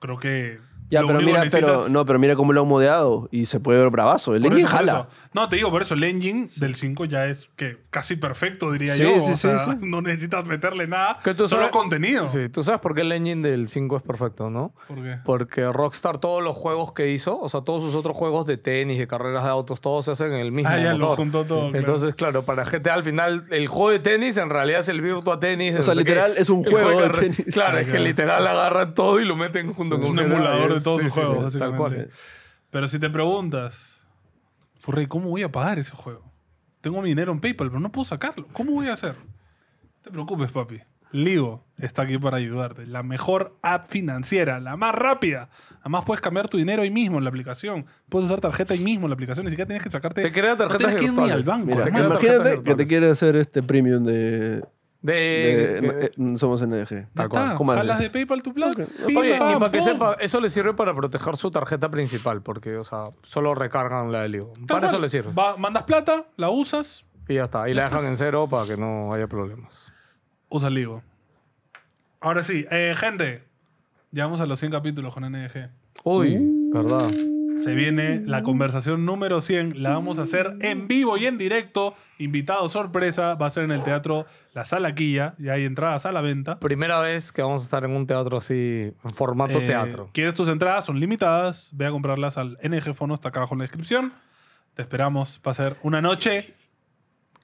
creo que.
Ya,
lo
pero
único que
mira, pero,
necesitas-
no, pero mira cómo lo han modeado y se puede ver bravazo. El
por
engine
eso, por
jala.
eso. No, te digo, por eso el engine del 5 ya es que casi perfecto, diría
Sí,
yo.
sí,
o
sí,
sea,
sí.
No necesitas meterle nada,
Que tú
solo
sabes-
contenido.
Sí, tú sabes por qué el engine del 5 es perfecto, ¿no?
¿Por qué?
Porque Rockstar, todos los juegos que hizo, o sea, todos sus otros juegos de tenis, de carreras de autos, todos se hacen en el mismo
Ah, ya lo
motor.
juntó todo. claro.
Entonces, claro, para GTA al final, el juego de tenis en realidad es el Virtua Tenis.
O sea, literal, es un juego de
carre-
tenis.
Claro,
Ah,
es que
claro.
literal agarran todo y lo meten junto
Es
con
un
GTA,
emulador
y
de
es-
todos
sí,
sus
sí, sí,
juegos,
Tal cual.
básicamente. Pero si te preguntas, Furrey, ¿cómo voy a pagar ese juego? Tengo mi dinero en PayPal, pero no puedo sacarlo. ¿Cómo voy a hacer? No te preocupes, papi. Ligo está aquí para ayudarte. La mejor app financiera, la más rápida. Además, puedes cambiar tu dinero ahí mismo en la aplicación. Puedes usar tarjeta ahí mismo en la aplicación. Ni siquiera tienes que sacarte.
Te crea tarjetas
No tienes que ir ni
virtuales.
al banco.
Mira,
hermano.
creo tarjetas
imagínate que te
virtuales.
quiere hacer este premium de,
De,
de-
que-
eh, Somos NDG.
Ya
Tal cual.
está.
¿Cómo
Jalas
haces?
de PayPal tu plan.
Ok.
Pim,
Oye, y
pam,
para que
pum.
sepa, eso le sirve para proteger su tarjeta principal, porque, o sea, solo recargan la de Ligo.
Tal
Para eso
cual.
le sirve.
Va- mandas plata, la usas,
Y ya está. Y la dejan en cero para que no haya problemas.
usa Ligo. Ahora sí, eh, gente, llegamos a los 100 capítulos con NDG.
Uy,
Uh.
¿verdad?
Se viene la conversación número 100, la vamos a hacer en vivo y en directo. Invitado sorpresa, va a ser en el teatro La Salaquilla, y hay entradas a la venta.
Primera vez que vamos a estar en un teatro así, en formato
Eh,
teatro.
¿Quieres tus entradas? Son limitadas. Ve a comprarlas al NG Fono, está acá abajo en la descripción. Te esperamos. Va a ser una noche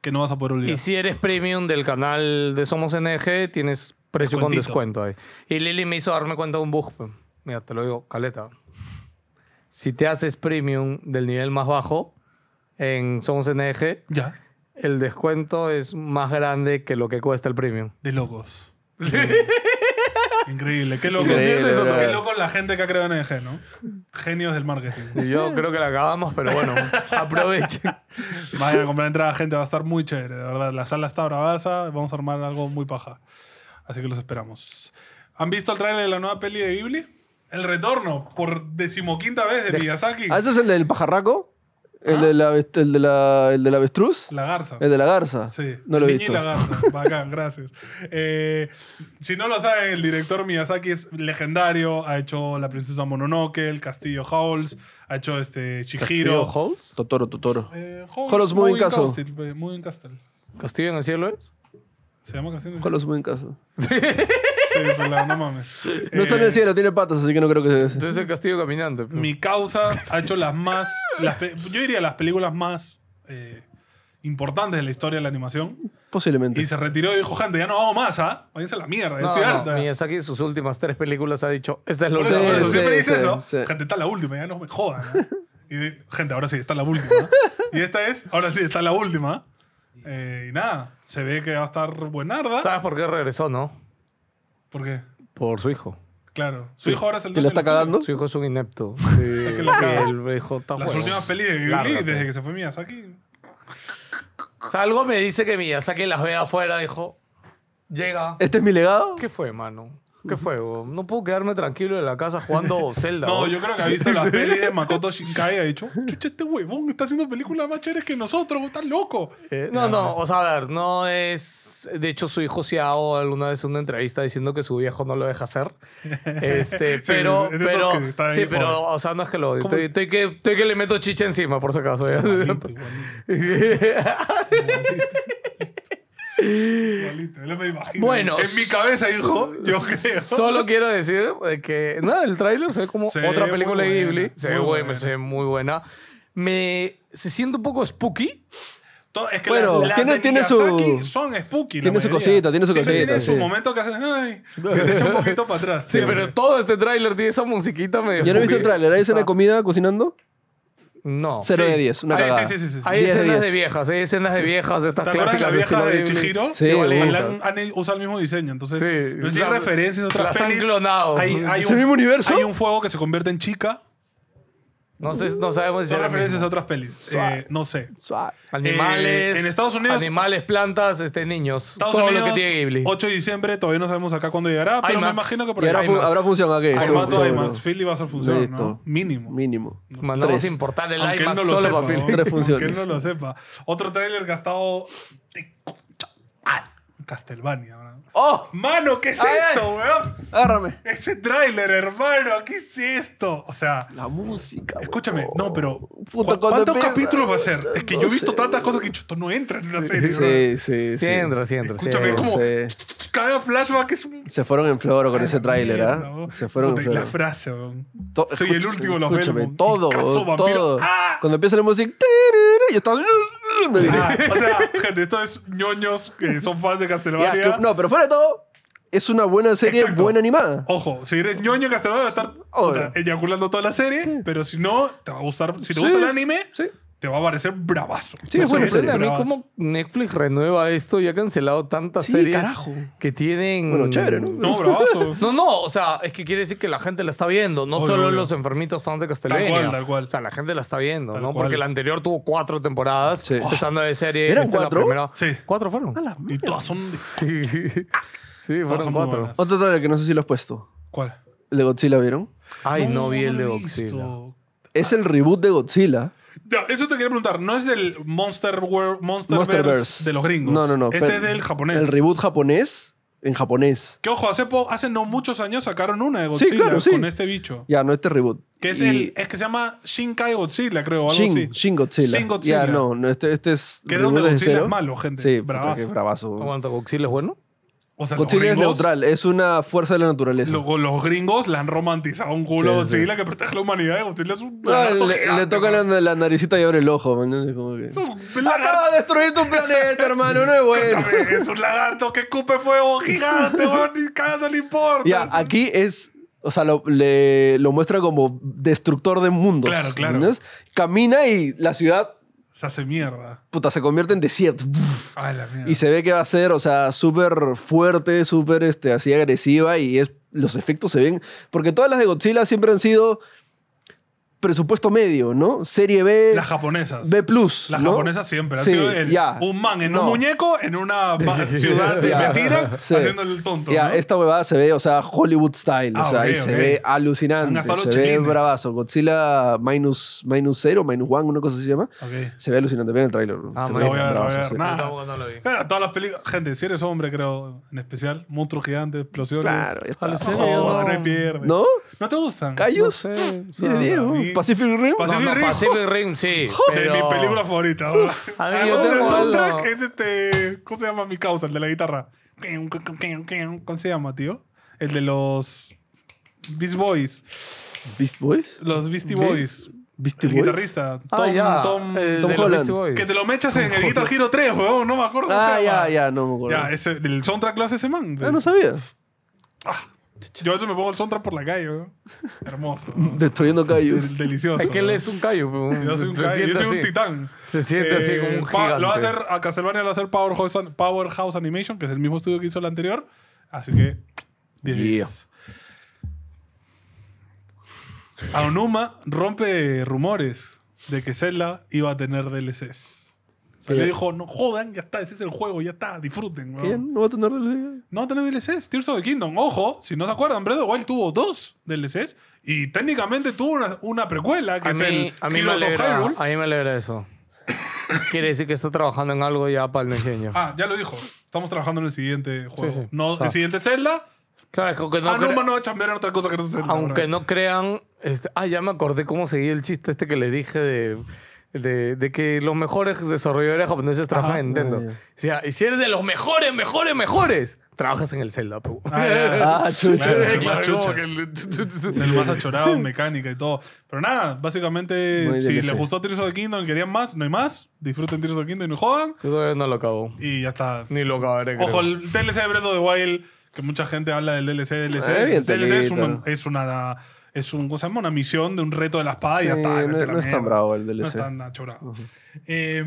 que no vas a poder olvidar.
Y si eres premium del canal de Somos NG, tienes precio con
Descuentito.
descuento ahí. Y Lili me hizo darme cuenta de un bug. pe. Mira, te lo digo, caleta. Si te haces premium del nivel más bajo en Somos NG,
Ya,
el descuento es más grande que lo que cuesta el premium.
de locos. Increíble, qué loco.
Increíble,
Qué
bro.
loco la gente que ha creado NG, ¿no? Genios del marketing.
Y yo creo que la acabamos, pero bueno, aprovechen.
Vayan a comprar entrada, gente, va a estar muy chévere, de verdad. La sala está bravaza, vamos a armar algo muy paja. Así que los esperamos. ¿Han visto el tráiler de la nueva peli de Ghibli? El retorno, por decimoquinta vez de, Miyazaki.
Ah, ese es el del pajarraco. El, de la, vest- el, de la, el del avestruz.
Ah. La garza.
El de la garza.
Sí.
No lo he
Niña y
visto.
la garza. Bacán, gracias. Eh, si no lo saben, el director Miyazaki es legendario. Ha hecho La princesa Mononoke, El castillo Howls, ha hecho este
¿Castillo
Chihiro.
Halls?
Totoro, Totoro.
Eh,
Howl's Moving Castle.
Castle, eh, Moving Castle.
¿Castillo en el cielo es?
Se llama Castillo.
Ojalá muy en casa.
Sí, pelado, no mames.
No está en
Eh,
el cielo, tiene patas, así que no creo que sea ese.
Entonces el castillo caminante. pe.
Mi causa ha hecho las más. las pe- yo diría las películas más eh, importantes de la historia de la animación.
Posiblemente.
Y se retiró y dijo, gente, ya no hago más, ¿ah? Váyanse a la mierda,
No,
estoy
no,
harta.
Miyazaki en sus últimas tres películas ha dicho, esta es la
Por
última.
eso, por eso,
sí,
siempre dice
sí,
eso.
sí.
Gente, está la última, ya no me jodan. ¿no? Y de- gente, ahora sí, está la última. ¿no? Y esta es, ahora sí, está la última. Eh, y nada, se ve que va a estar buenarda.
¿Sabes por qué regresó, no?
¿Por qué?
Por su hijo.
Claro. Su hijo ahora es el
¿Que la está cagando? Ah,
Su hijo es un inepto. Sí,
que la
sí,
caga.
el hijo está
Las
huevo.
últimas pelis de Ghibli,
Lárgate.
desde que se fue Miyazaki.
O sea, algo me dice que Miyazaki las ve afuera, dijo, llega.
¿Este es mi legado?
¿Qué fue, mano? ¿Qué fue? bro? No puedo quedarme tranquilo en la casa jugando Zelda.
No,
bro.
yo creo que ha visto las pelis de Makoto Shinkai y ha dicho, chucha, este huevón está haciendo películas más chéveres que nosotros, está loco.
Eh, no, no, o sea, a ver, no es. De hecho, su hijo se ha dado alguna vez una entrevista diciendo que su viejo no lo deja hacer. Este,
Sí,
pero,
es de esos
pero.
que están ahí,
Sí,
joder.
pero, o sea, no es que lo odie. Estoy, estoy que, estoy que le meto chicha encima, por si acaso. ya.
Igualito, igualito, igualito. Yo me imagino.
Bueno,
En mi cabeza, hijo, yo creo.
Solo quiero decir eh, que no, el tráiler se ve como
Se
otra
ve
película
muy
de
buena,
Ghibli. Se ve,
muy
buen-
buena.
se ve muy buena. Me se siente un poco spooky.
To- Es que
Bueno,
las, las
tiene-
de
tiene su-
Miyazaki son spooky. la
tiene su
mayoría.
cosita, tiene su
Siempre
cosita,
Tiene su
sí.
momento que haces, ay, que te echa un poquito para atrás.
Sí,
siempre.
pero todo este tráiler tiene esa musiquita medio.
¿Ya no he visto el
spooky.
tráiler? ¿Hay escena de comida cocinando?
No.
Cero
Sí.
de 10, una
Sí,
cagada.
sí, sí, sí, sí.
Hay
10 de
escenas de
10.
viejas, hay escenas de viejas de estas
¿Te acuerdas la
clásicas
vieja de
estilo Ghibli.
Chihiro?
Sí,
Igual,
bonita.
han, han usado el mismo diseño, entonces
Sí,
no sé si hay
la-
referencias a otras
las han
pelis.
clonado.
Hay, hay
¿Es
un,
el mismo universo?
Hay un fuego que se convierte en chica.
No, sé, no sabemos si
Son
será el
referencias a
mismo.
otras pelis.
Suave.
Eh, no sé.
Suave.
Animales.
Eh, en Estados Unidos-
Animales, plantas, este, niños.
Estados
todo
Unidos,
lo que tiene Ghibli.
8 de diciembre, todavía no sabemos acá cuándo llegará, pero me
IMAX.
imagino que por
Y
ahí.
habrá, fu-
IMAX.
habrá función, ok. sí,
Formato
función,
de IMAX.
¿no?
Philly va a ser función,
Listo.
¿no? Mínimo.
Mínimo.
Mandamos
Tres.
a importar el
Aunque él
iMac
no lo
solo
sepa.
para Philly.
¿no?
Tres funciones.
Aunque él no lo sepa. Otro trailer gastado de concha- ¡Ay! Castlevania, ¿verdad?
¡Oh!
Mano, ¿qué es
Ay, ay.
esto, weón?
Agárrame.
Ese tráiler, hermano, ¿qué es esto? O sea,
La música.
escúchame,
huevón.
no, pero
Puta,
¿cu-
cuando
¿cuántos
empieza-
capítulos va a ser? Es que
No
yo he visto
sé,
tantas
weón.
cosas que esto no entra en una serie. weón.
Sí, sí, sí.
Sí, entra, sí, entra. sí,
Escúchame,
entra.
¿cómo?
Sí.
Cada flashback es un
Se fueron en floro con ese tráiler,
Mierda,
¿ah?
weón.
Se fueron
Puta,
en
y la
floro.
frase, weón.
To-
Soy el último, los
Escúchame,
Belmont.
todo,
Caso
weón,
vampiro.
todo.
¡Ah!
Cuando empieza la música, yo estaba... Me vine.
Ah, o sea, gente, esto es ñoños que son fans de
Ya,
Castlevania.
que- no, pero fuera de todo, es una buena serie,
Exacto.
buena animada.
Ojo, si eres ñoño Castlevania va a estar puta,
Obvio.
eyaculando toda la serie, pero si no, te va a gustar. Si te
Sí.
gusta el anime,
Sí.
te va a parecer bravazo.
Sí, es
Me
buena
sorprende
serie.
a mí
Bravazo.
cómo Netflix renueva esto y ha cancelado tantas
Sí,
series
carajo.
que tienen...
Bueno, chévere, ¿no?
No, bravazo.
No, no, o sea, es que quiere decir que la gente la está viendo, no
Obvio,
solo
obvio.
los enfermitos fans de Castlevania.
Tal cual, tal cual.
O sea, la gente la está viendo,
Tal
¿no?
cual.
Porque la anterior tuvo cuatro temporadas,
Sí.
esta nueva serie.
¿Eran
esta es la
cuatro?
primera-
Sí.
Cuatro fueron.
A la madre.
Y todas son. de-
Sí, sí
Todas
fueron
son muy
cuatro.
buenas.
Otro trailer que no sé si lo has puesto.
¿Cuál?
¿El de Godzilla vieron?
Ay, no, vi el de
lo he
Godzilla.
visto.
Es el reboot de Godzilla.
Ya, eso te quería preguntar. No es del Monster Wor- Monsterverse
Monsterverse.
de los gringos.
No, no, no.
Este
pero-
es del japonés.
El reboot japonés en japonés.
Que ojo, hace, po- hace no muchos años sacaron una de Godzilla
claro, sí.
con este bicho.
Ya, no este reboot.
Que es
Y-
el. Es que se llama Shinkai Godzilla, creo, o algo
Shin,
así.
Shin Godzilla.
Shin Godzilla.
Ya, no, no este, este es.
Que es donde
reboot desde
Godzilla
cero.
es malo, gente.
Sí,
Bravazo.
puta, que bravazo.
¿Cuánto Godzilla es bueno?
O sea, los
Godzilla es
gringos-
neutral, es una fuerza de la naturaleza.
Luego los gringos la han romantizado un culo
Sí,
a Godzilla que protege la humanidad. y Godzilla es un.
Ah,
lagarto
le,
gigante,
le toca la,
man.
la naricita y abre el ojo, man. Es como que-
Es un
Acaba
lagarto.
de destruir tu planeta, hermano, no es bueno.
escúchame, Es un lagarto que escupe fuego gigante, weón. Ni cagando le importa.
Ya,
Es-
aquí es. O sea, lo, le- lo muestra como destructor de mundos.
Claro, claro.
¿entiendes? Camina y la ciudad,
Se hace mierda.
puta, se convierte en desierto.
Ay, la mierda.
Y se ve que va a ser, o sea, súper fuerte, súper este, así agresiva y es, los efectos se ven. Porque todas las de Godzilla siempre han sido presupuesto medio, ¿no? Serie B,
Las japonesas.
B. Plus,
Las
¿no?
japonesas siempre. Han
Sí,
sido el-
ya.
un man en
No.
un muñeco en una ba- ciudad de
Ya.
mentira
Sí.
haciendo el tonto.
Ya, este-
¿no?
esta huevada se ve, o sea, Hollywood style.
Ah,
o sea,
ok,
y se
ok.
ve
Han
alucinante.
gastado los
Se ve
chelines.
bravazo. Godzilla minus, minus cero, minus one, una cosa así se llama.
Ok.
Se ve alucinante. Vean el trailer.
Ah,
se
man,
ve
lo voy
a ver, lo voy a
bravazo,
ver.
sí.
Nada.
Yo tampoco no lo vi.
Claro, todas las películas. Gente, si eres hombre, creo, en especial, monstruos gigantes, explosiones.
Claro, ya está.
Al ser-
Joder,
Sí, yo
no,
no-
hay pierde.
¿No?
¿No te gustan?
¿Callos?
No sé, o
Sí,
sea,
Diego.
a mí-
¿Pacific Rim?
Pacific-
No, no,
Rim.
Pacific Rim, sí.
De
pero- Ah,
mi película favorita.
A mí
Además
yo
del
tengo
soundtrack
algo.
es este. ¿Cómo se llama mi causa? El de la guitarra. ¿Cómo se llama, tío? El de los. Beast Boys.
¿Beast Boys?
Los Beastie
Beast-
Boys.
¿Beastie
El
Boys?
guitarrista. Tom.
Ah, ya.
Tom-
el
Tom
de los
Holland.
Beastie Boys.
que te lo mechas en el Guitar Hero 3, weón. No me acuerdo. cómo
Ah,
se llama.
ya, ya, no me acuerdo.
Ya, ese, el soundtrack lo hace ese man.
Ah, no sabía.
Yo a veces me pongo el soundtrack por la calle, weón. Hermoso. weón.
Destruyendo callos.
Del- Delicioso.
Es que él
weón.
es un callo. pero
Yo soy un,
se
ca- yo
siente
soy un
así.
titán.
Se siente así
Eh,
como un
pa-
gigante.
Lo va a hacer, a Castlevania lo va a hacer Powerhouse, An- Powerhouse Animation, que es el mismo estudio que hizo el anterior. Así que. 10 días. Aonuma rompe rumores de que Zelda iba a tener DLCs. O sea, le
Que-
dijo, no jodan, ya está, ese es el juego, ya está, disfruten.
¿Qué?
weón.
¿No va a tener DLC?
No va a tener DLCs. Tears of the Kingdom, ojo, si no se acuerdan, Breath of the Wild tuvo dos DLCs y técnicamente tuvo una, una precuela que
A
es
mí,
el
a, mí me
Heroes of
alegra,
Hyrule.
a mí me alegra eso. Quiere decir que está trabajando en algo ya para el diseño.
Ah, ya lo dijo. Estamos trabajando en el siguiente juego.
sí.
No,
O sea,
Ah.
el siguiente Zelda.
Claro, es que aunque no,
ah, no,
cre-
mano, va a chambear en otra cosa que no sea Zelda.
aunque
ahora.
no crean... este- ah, ya me acordé cómo seguí el chiste este que le dije de, de, de que los mejores desarrolladores japoneses trabajan
Ajá.
en Nintendo.
Ah, ya.
O sea, y si eres de los mejores, mejores, mejores, trabajas en el Zelda. pu.
Ah, ya, ya.
Ah, chucha.
Claro, el más
Claro, como
chuchas.
que el-
Es el más achorado en mecánica y todo. Pero nada, básicamente,
Muy
si
DLC.
les gustó Tears of the Kingdom y querían más, no hay más. Disfruten Tears of the Kingdom y no jodan.
Yo todavía no lo acabo.
Y ya está.
Ni lo acabaré, creo.
Ojo, el DLC de Breath of the Wild, que mucha gente habla del DLC, DLC.
Ah, bien
El DLC es
telita.
una, es una, es un, ¿cómo se llama? Una misión de un reto de la espada y ya
Sí,
está. vete
no,
a la
no es tan
mierda.
bravo el
No
DLC.
es tan achorado. Eh,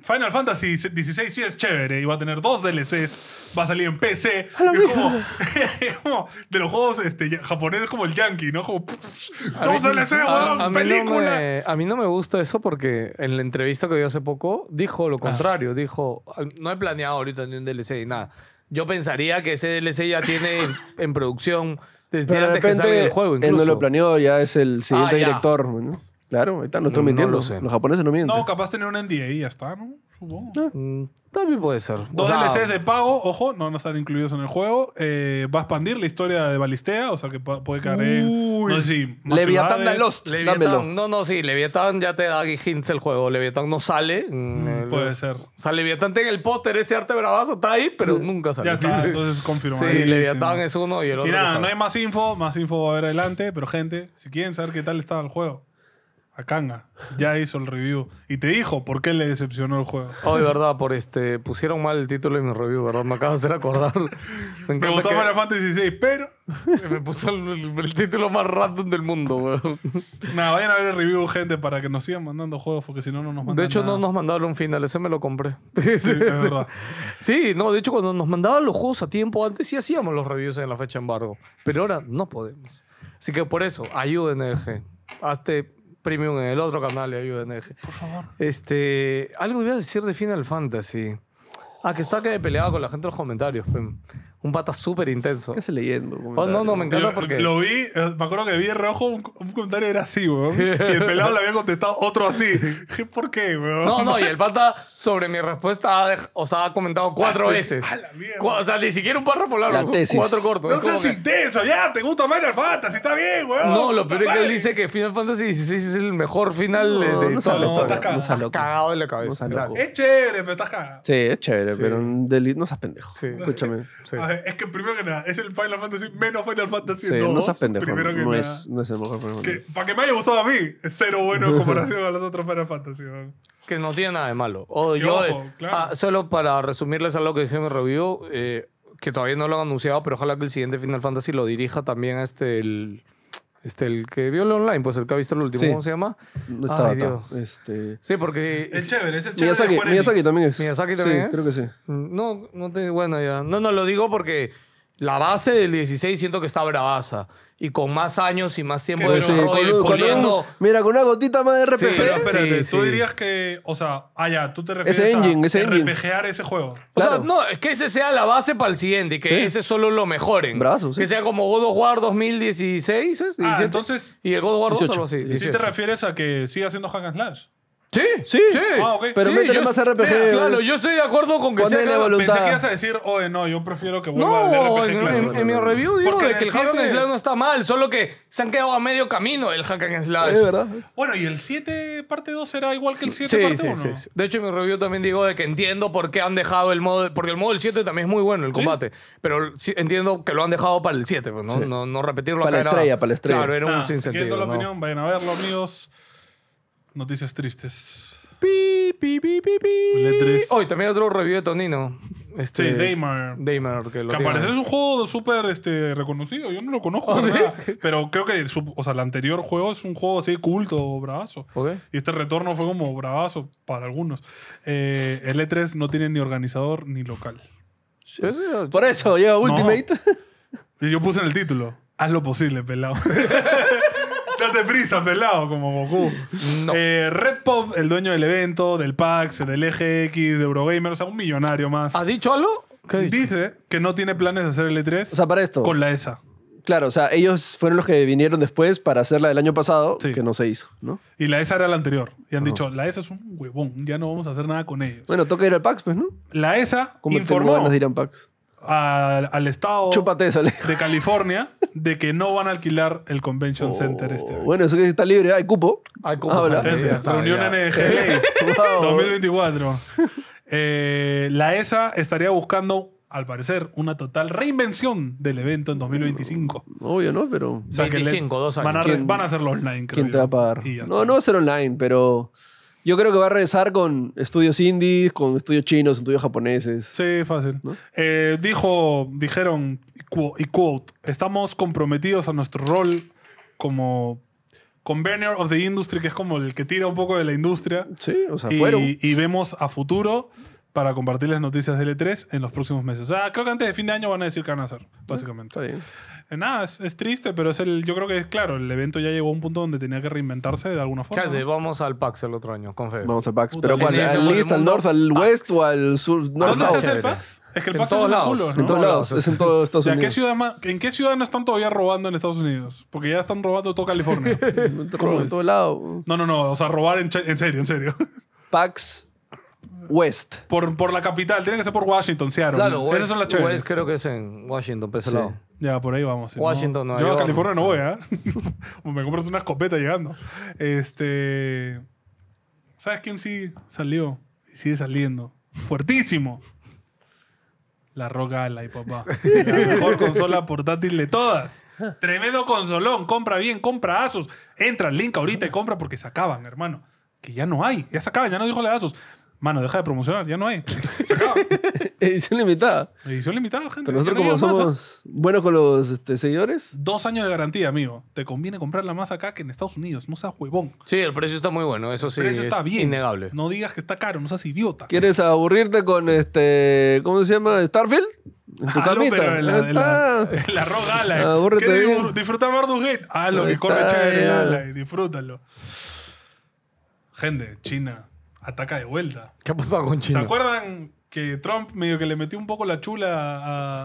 Final Fantasy 16 sí es chévere y va a tener dos DLCs. Va a salir en PC. Y Es como, es como de los juegos este, ya- japoneses como el Yankee, ¿no? Como,
A
dos
mí-
DLCs,
a- a
weón,
mí No
película.
me, a mí no me gusta eso porque en la entrevista que dio hace poco dijo
Ah.
lo contrario. Dijo, no he planeado ahorita ni un DLC ni nada. Yo pensaría que ese DLC ya tiene en, en producción desde
Pero de
antes que salga
repente,
el juego
él
incluso.
no lo planeó, ya es el siguiente
Ah, ya.
director. ¿no? Claro, ahí está, no estoy
No
mintiendo.
lo sé.
Los japoneses no mienten.
No, capaz tener un NDA y ya está, ¿no? Supongo.
Mm, También puede ser. O
Dos
sea,
DLCs de pago, ojo, no van a estar incluidos en el juego. Eh, va a expandir la historia de Balistea, o sea que pa- puede caer en.
Uy.
No sé si. más
Leviatán
ciudades.
da Lost,
Leviatán.
dámelo.
No, no, sí, Leviatán ya te da hints el juego. Leviatán no sale. en el-
Mm, puede ser.
O sea, Leviatán tiene el póster, ese arte bravazo, está ahí, pero nunca sale.
Ya está, entonces confirmado.
Sí, Leviatán es uno y el otro.
Y
que
nada,
sale.
no hay más info, más info va a haber adelante, pero gente, si quieren saber qué tal estaba el juego, Akanga ya hizo el review y te dijo por qué le decepcionó el juego.
Hoy, verdad, por este. Pusieron mal el título de mi review, ¿verdad? Me acabas de hacer acordar. Me
Me
encanta
gustó
que-
Final Fantasy XVI, pero
que me puso el, el- el título más random del mundo, weón.
nada, vayan a ver el review, gente, para que nos sigan mandando juegos, porque si no, no nos mandan.
De hecho,
nada.
no nos mandaron un final, ese me lo compré.
Sí, es verdad.
Sí, no, de hecho, cuando nos mandaban los juegos a tiempo antes, sí hacíamos los reviews en la fecha de embargo. Pero ahora no podemos. Así que por eso, ayuden, EG. Hazte premium en el otro canal y ayuden, EG.
Por favor.
Este, algo iba a decir de Final Fantasy. Ah, que está que me peleaba con la gente en los comentarios. pem. Un pata súper intenso.
¿Qué hace leyendo?
Oh, no, no, me encanta
Yo
porque...
Lo vi, eh, me acuerdo que vi en rojo un, un comentario era así, weón. Y el pelado le había contestado otro así. Dije, ¿Por qué, weón?
No, no, y el pata sobre mi respuesta ha, dej- o sea, ha comentado cuatro veces.
A la mierda.
Cu- O sea, ni siquiera un párrafo largo.
La
son
tesis.
Cuatro cortos.
No
Es como
seas
Pues, que-
intenso, ya, te gusta Final Fantasy, está bien, weón.
No, lo peor es que él
Vale.
dice que Final Fantasy XVI es el mejor final de,
No,
de
no
toda
seas
la
loco,
historia.
estás
no seas loco.
Cagado en la cabeza.
seas loco.
Gracias.
Es chévere, pero estás cagado.
Sí, es chévere,
Sí.
pero un delito no seas pendejo.
Sí.
Escúchame.
Sí.
A ver, es que primero que nada, es el Final Fantasy menos Final Fantasy
Sí,
II,
no seas pendejo.
Primero que
No
nada.
es, no es el mejor Final
Que,
Fantasy.
para que me haya gustado a mí, es cero bueno en comparación a los otros Final Fantasy. weón.
Que no tiene nada de malo. O
Qué
yo,
ojo,
eh,
claro.
ah, solo para resumirles algo que dije en mi review, eh, que todavía no lo han anunciado, pero ojalá que el siguiente Final Fantasy lo dirija también a este, el, este, el que vio el online, pues el que ha visto el último,
Sí.
¿cómo se llama?
No estaba
Ay,
acá.
Dios.
Este...
Sí, porque...
Es chévere, es el chévere.
Miyazaki,
de Square Enix.
Miyazaki también es.
Miyazaki también
sí,
es. Mm,
creo que sí.
No, no te, bueno, ya. No, no, lo digo porque la base del 16 siento que está bravaza. Y con más años y más tiempo
Qué
de
bueno.
Sí,
desarrollo
con
y
un- con
puliendo-
un- mira, con una gotita más de RPG.
Sí,
Pero espérate,
Sí,
tú
sí.
dirías que. O sea, ah, ya, tú te refieres
Ese engine,
a
ese engine.
RPGear ese juego.
O sea,
Claro.
no, es que ese sea la base para el siguiente y que
Sí.
ese solo lo mejoren.
Brazo, sí.
Que sea como God of War 2016, ¿es?
Ah,
17.
entonces.
Y el God of War 2 algo así.
18.
Si te
18.
refieres a que siga haciendo hack and slash.
Sí,
Sí.
Ah, ok.
Pero
Sí,
métele
yo-
más RPG.
mira,
Claro, yo estoy de acuerdo con que
Ponele
sea cada-
evolución.
Pensé
Voluntad.
que ibas a decir, oye, no, yo prefiero que vuelva al
No,
RPG
en,
clásico.
en- en mi review digo
Porque
de que el hack
siete-
and slash no está mal, solo que se han quedado a medio camino el hack and slash.
Es verdad.
Bueno, ¿y el 7 parte 2 será igual que el 7
Sí,
parte
sí,
1?
sí, sí. De hecho, en mi review también digo de que entiendo por qué han dejado el modo. Porque el modo del 7 también es muy bueno, el combate. Pero sí entiendo que lo han dejado para el 7, pues, ¿no? No, no repetirlo
Para la
acá era-
estrella, para la estrella.
Claro, era un
Nada, si quieren
sinsentido.
toda Ah, la
¿no?
opinión, vayan a verlo, amigos. Noticias tristes.
Pi, pi, pi, pi, pi.
Letres.
Hoy también otro review de Tonino.
Sí,
Este,
Daymar.
Daymar, que lo
Que al
tiene.
parecer es un juego súper este, reconocido. Yo no lo conozco.
¿Ah,
para
sí?
nada. Pero creo que su- o sea, el anterior juego es un juego así culto, bravazo.
¿Ok?
Y este retorno fue como bravazo para algunos. Eh, el E3 no tiene ni organizador ni local.
Pero eso-
Por eso llega Ultimate.
Y yo puse en el título, haz lo posible, pelado. Date prisa, pelado, como Goku.
No.
Eh, Red Pop, el dueño del evento, del PAX, del EGX, de Eurogamer, o sea, un millonario más.
¿Has dicho algo? Ah, ¿Qué has dicho?
Dice que no tiene planes de hacer el E3
O sea, para esto.
con la E ESA.
Claro, o sea, ellos fueron los que vinieron después para hacer la del año pasado,
Sí.
que no se hizo, ¿no?
Y la ESA era la anterior. Y han dicho, la ESA es un huevón, ya no vamos a hacer nada con ellos.
Bueno, toca ir al PAX, pues, ¿no?
La ESA
Como tengo
informó Oh.
ganas de ir al PAX.
al, al estado
Chúpate esa, Alejo.
de California de que no van a alquilar el Convention Center este año.
Oh, Bueno, eso que está libre, hay cupo.
Ay, como
Habla.
joder, ya
Gente,
sabe,
reunión
ya.
en GLA
Wow.
2024. Eh, la ESA estaría buscando, al parecer, una total reinvención del evento en 2025.
Obvio, ¿no? Pero.
O sea, que le-
25, dos años.
Van a, re-
¿Quién-
van a hacerlo online, creo
¿Quién te
yo.
va a pagar?
Y ya
No,
está.
no va a ser online, pero. Yo creo que va a regresar con estudios indies, con estudios chinos, estudios japoneses.
Sí, fácil.
¿No?
Eh, dijo, dijeron, y cu- y quote, estamos comprometidos a nuestro rol como convener of the industry, que es como el que tira un poco de la industria.
Sí, o sea,
y,
fueron.
y vemos a futuro para compartir las noticias del E3 en los próximos meses. O sea, creo que antes de fin de año van a decir qué van a hacer, básicamente.
Está bien.
Eh, Nada, es, es triste, pero es el, yo creo que es claro, el evento ya llegó a un punto donde tenía que reinventarse de alguna forma.
Cállate,
¿no?
vamos al PAX el otro año, con fe.
Vamos al PAX.
Puta,
Pero
le
¿cuál?
dije,
¿Al
por el
east, al
mundo,
north, al
PAX.
west o al sur?
¿A
north,
¿Dónde se
south?
hace el
chévere.
PAX? Es que el
En
PAX
todos
es en
lados.
culos, ¿no?
En todos
No,
lados.
no,
Es en todo Estados
O sea, ¿qué
Unidos.
ciudad más- ¿En qué ciudad no están todavía robando en Estados Unidos? Porque ya están robando todo California. ¿Cómo
En todo- En
es?
todo lado.
No, no, no. O sea, robar en, che- en serio, en serio.
PAX West.
Por, por la capital. Tiene que ser por Washington, Seattle.
Claro, West,
Esas son las
West
chéveres.
creo que es en Washington, pese
Sí.
lado.
Ya, por ahí vamos. si no-
Washington, Nueva
Yo
York.
a California no voy, ¿ah? Me compras una escopeta llegando. Este... ¿Sabes quién sí salió? Y sigue saliendo. Fuertísimo. La Roca Ally, papá. La mejor consola portátil de todas. Tremendo consolón. Compra bien, compra Asus. Entra al link ahorita y compra porque se acaban, hermano. Que ya no hay. Ya se acaban, ya no dijo la de Asus. Mano, deja de promocionar, ya no hay. Se acaba.
Edición limitada.
Edición limitada, gente.
Pero
Ya
nosotros
no
como
llegan más, ¿ah?
somos buenos con los este, seguidores,
Dos años de garantía, amigo. Te conviene comprarla más acá que en Estados Unidos. No seas huevón.
Sí, el precio está muy bueno, eso sí.
Pero eso
es
está bien.
Innegable.
No digas que está caro, no seas idiota.
¿quieres aburrirte con este, ¿cómo se llama? Starfield? En tu
Halo,
camita.
Ah, pero en la, en la,
Está-
en la ROG Ally.
Abúrrete
¿Qué
bien.
disfr- Disfruta Baldur's Gate. Ah, lo
Ahí
que corre
está,
chévere el
ya.
Ally. Disfrútalo. Gente, China ataca de vuelta.
¿Qué ha pasado con
¿Se
China?
acuerdan que Trump medio que le metió un poco la chula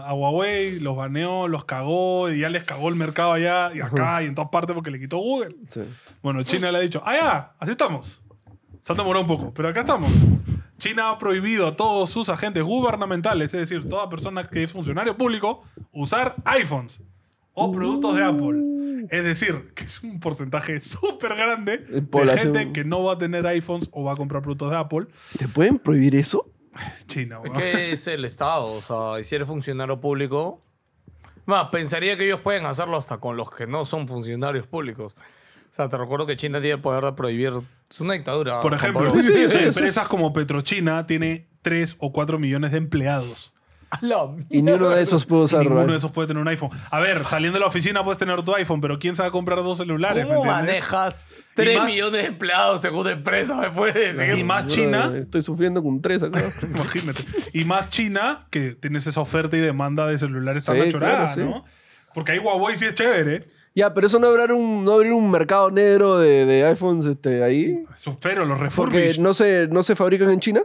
a, a Huawei? Los baneó, los cagó y ya les cagó el mercado allá y acá y en todas partes porque le quitó Google.
Sí.
Bueno, China le ha dicho, ah, ya, así estamos. Se han demorado un poco, pero acá estamos. China ha prohibido a todos sus agentes gubernamentales, es decir, toda persona que es funcionario público, usar iPhones o productos de Apple. Es decir, que es un porcentaje súper grande
De
de
población.
gente que no va a tener iPhones o va a comprar productos de Apple.
¿Te pueden prohibir eso?
China,
Es
weón.
que es el Estado, o sea, y si eres funcionario público. Más, pensaría que ellos pueden hacerlo hasta con los que no son funcionarios públicos. O sea, te recuerdo que China tiene el poder de prohibir. Es una dictadura.
Por ejemplo,
compadre.
Sí, sí, sí, sí.
empresas como Petrochina tiene 3 o 4 millones de empleados.
A la mierda.
Y ni uno de esos puede
Y
usarlo.
ninguno de
¿eh?
esos puede tener un iPhone. A ver, saliendo de la oficina puedes tener tu iPhone, pero ¿quién sabe comprar dos celulares?
¿Cómo
me entiendes?
manejas
Y
3
más-
millones de empleados según empresa? ¿Me puedes
Y
decir?
más
Yo, eh,
China,
Estoy sufriendo con tres acá.
imagínate. Y más China, que tienes esa oferta y demanda de celulares tan
Sí,
achorada,
claro, sí.
¿no? Porque ahí Huawei sí es chévere. ¿eh?
ya, pero eso no abrir un, no abrir un mercado negro de, de iPhones este, ahí.
Eso, Pero los
Porque
refurbished.
no se, no se fabrican en China.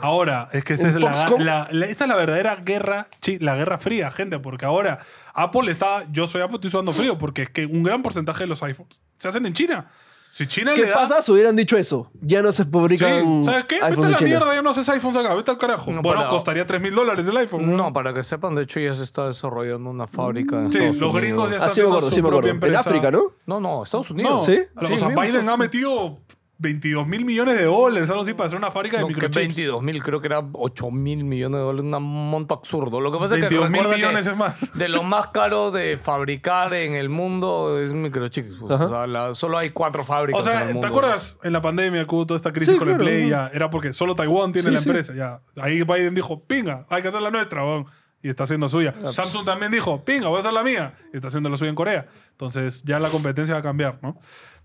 Ahora, es que esta es,
¿En
la,
Foxconn?
la- la- esta es la verdadera guerra, chi- la guerra fría, gente, porque ahora Apple está, yo soy Apple, estoy sudando frío, porque es que un gran porcentaje de los iPhones se hacen en China. Si China
¿Qué
le da...
pasa si hubieran dicho eso? Ya no se
Sí,
fabrican
¿sabes qué? Vete a
iPhones
la
en China.
mierda, ya no haces iPhones acá, vete al carajo.
No,
bueno,
para-
costaría 3 mil dólares el iPhone.
No, para que sepan, de hecho ya se está desarrollando una fábrica en
Sí,
Estados
los
Unidos.
gringos ya están
Ah, sí me
haciendo
acuerdo,
su
sí me
propia
acuerdo. En
empresa.
África, ¿no?
No, no, Estados
No,
Unidos.
¿Sí?
o
Sí,
sea,
mismo.
Biden ha metido 22 mil millones de dólares, algo así, para hacer una fábrica de
No, que
microchips.
22 mil, creo que era 8 mil millones de dólares, un monto absurdo. Lo que pasa es que
22 mil
recuerda que
millones ¿eh? es más.
de lo más caro de fabricar en el mundo es microchips. pues,
Ajá.
o sea, la- solo hay cuatro fábricas
O
en el
sea, ¿te
mundo.
acuerdas en la pandemia que hubo toda esta crisis
Sí,
con el
claro,
Play?
¿no?
Ya, era porque solo Taiwán tiene
Sí,
la
sí.
empresa. Ya. Ahí Biden dijo, pinga, hay que hacer la nuestra, weón. Y está haciendo suya. Samsung también dijo, pinga, voy a hacer la mía. Y está haciendo la suya en Corea. Entonces ya la competencia va a cambiar, ¿no?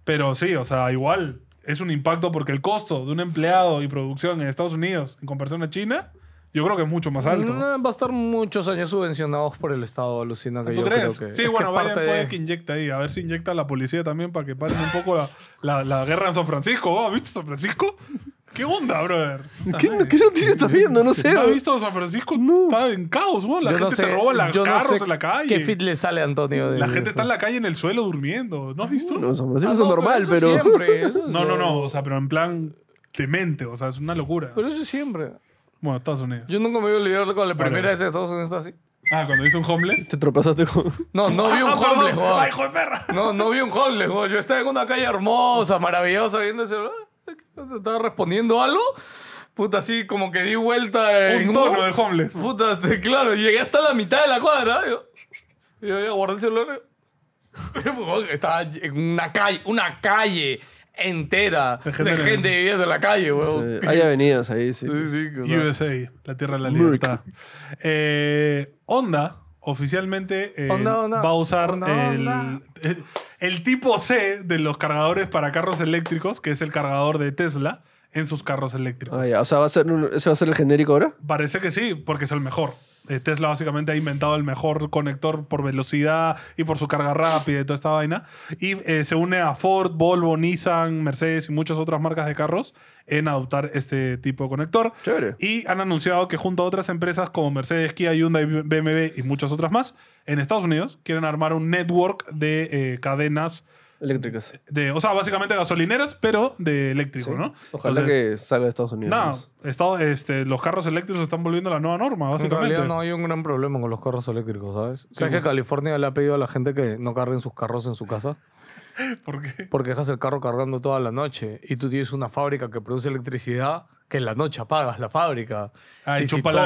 Pero sí, o sea, igual es un impacto porque el costo de un empleado y producción en Estados Unidos en comparación a China Yo creo que es mucho más alto.
No, Eh, va a estar muchos años subvencionados por el Estado, alucina. Que
¿Tú
yo
crees?
creo que-
sí,
es que
bueno,
es
Biden
parte
puede
de-
que inyecta ahí. A ver si inyecta a la policía también para que paren un poco la, la- la guerra en San Francisco. ¿Oh, ¿Has visto San Francisco? ¿Qué onda, brother?
¿Qué, ¿Qué noticia estás viendo? No sé.
¿Has
bro.
visto San Francisco?
No.
Está en caos, ¿no? La
yo
gente
no sé-
se roba los
yo no
carros
sé
en la calle.
¿Qué fit le sale a Antonio? de
La gente
eso?
está en la calle en el suelo durmiendo. ¿No has visto?
No, San
Ah,
Francisco es
no,
normal,
eso
pero.
siempre, eso es
No, no,
lo-
no. O sea, pero en plan demente. O sea, es una locura.
Pero eso siempre.
Bueno, Estados Unidos.
Yo nunca me voy a olvidar cuando la
Vale,
primera
vale.
vez de Estados Unidos estaba así.
Ah, cuando hizo un homeless.
Te tropezaste con.
No, no vi un
Ah, perdón.
homeless,
¡Ay,
weón.
hijo de perra!
No, no vi un homeless, weón. Yo estaba en una calle hermosa, maravillosa, viendo ese... ah, Estaba respondiendo algo. Puta, así como que di vuelta en...
Un tono de homeless.
Puta, este, claro, llegué hasta la mitad de la cuadra. Yo, yo, yo guardé el celular. Weón, Estaba en una calle, una calle entera de
De
gente,
gente que-
viviendo en la calle, weón.
Sí, Hay avenidas ahí, sí.
Sí, sí, o sea.
USA, la tierra de la libertad.
America.
Eh, Honda oficialmente eh,
Honda, Honda.
va a usar
Honda,
el,
Honda.
el- el tipo C de los cargadores para carros eléctricos, que es el cargador de Tesla, en sus carros eléctricos.
Ah, ya. O sea, ¿va a ser un- ¿ese va a ser el genérico ahora?
Parece que sí, porque es el mejor. Eh, Tesla básicamente ha inventado el mejor conector por velocidad y por su carga rápida y toda esta vaina. Y eh, se une a Ford, Volvo, Nissan, Mercedes y muchas otras marcas de carros en adoptar este tipo de conector.
Chévere.
Y han anunciado que junto a otras empresas como Mercedes, Kia, Hyundai, BMW y muchas otras más, en Estados Unidos quieren armar un network de eh, cadenas,
Eléctricas.
de, o sea, básicamente gasolineras, pero de eléctrico,
Sí.
¿no?
Ojalá
Entonces,
que salga de Estados Unidos.
nada, estado- este, los carros eléctricos están volviendo la nueva norma,
En
básicamente.
realidad no hay un gran problema con los carros eléctricos, ¿sabes?
¿Qué
¿Sabes que
cosa?
este-
este,
Eh,
Este, Este,
Ah,
Ah, Ah, este, pues,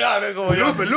Ah, eh, Eh, eh, Este, eh,
Oh.
eh, este, este,
este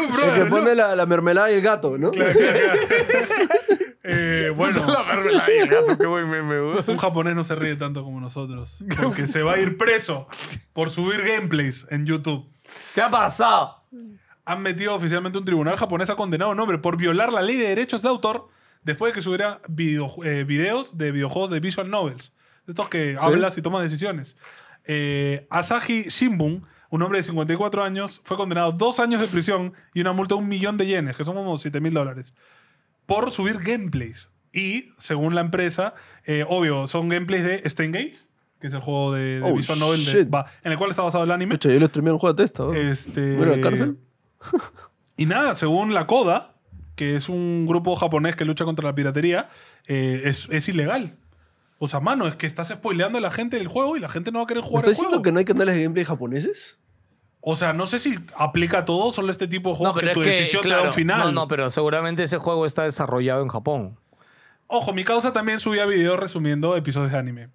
Ojo, mi causa también subía videos resumiendo episodios de anime.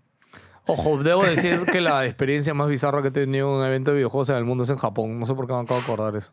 Ojo, debo decir que la experiencia más bizarra que he tenido en un evento de videojuegos en el mundo es en Japón. No sé por qué me acabo de acordar eso.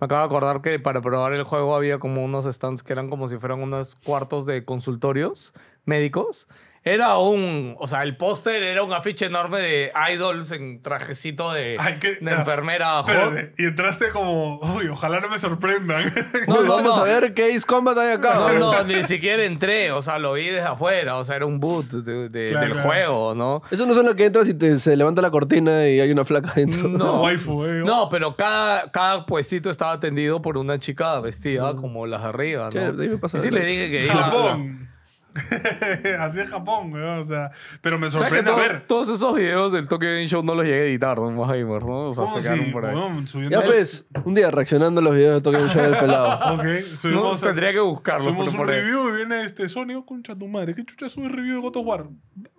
Me acabo de acordar que para probar el juego había como unos stands que eran como si fueran unos cuartos de consultorios médicos. Era un... O sea, el póster era un afiche enorme de idols en trajecito de,
Ay, qué-
de enfermera. hot.
Espérate, y entraste como, uy, ojalá no me sorprendan.
No, no,
vamos
no.
a ver qué Ace Combat hay acá.
No, no, ni siquiera entré. O sea, lo vi desde afuera. O sea, era un boot de- de-
Claro,
del
claro.
juego, ¿no?
Eso no son los que entras y te, se levanta la cortina y hay una flaca dentro.
No.
Waifu, eh.
No, pero cada, cada puestito estaba atendido por una chica vestida como las de arriba, ¿no?
Chévere, Mm. ahí me pasa
Y sí
de
le dije que iba a-
Japón. Así es Japón, weón. O sea, pero me
O sea, que
sorprende a
todo-
ver.
todos esos videos del Tokyo Game Show no los llegué a editar, ¿no? Más gamers, ¿no? O sea,
¿Cómo
se quedaron
si,
por ahí.
weón, subiendo- Ah,
Ya pues, un día reaccionando a los videos de Tokyo Game Show del pelado.
Ok,
No,
subimos,
tendría que buscarlo.
subimos
pero
un
por ahí.
review y viene este Sony, oh, concha tu madre. ¿Qué chucha sube review de God of War?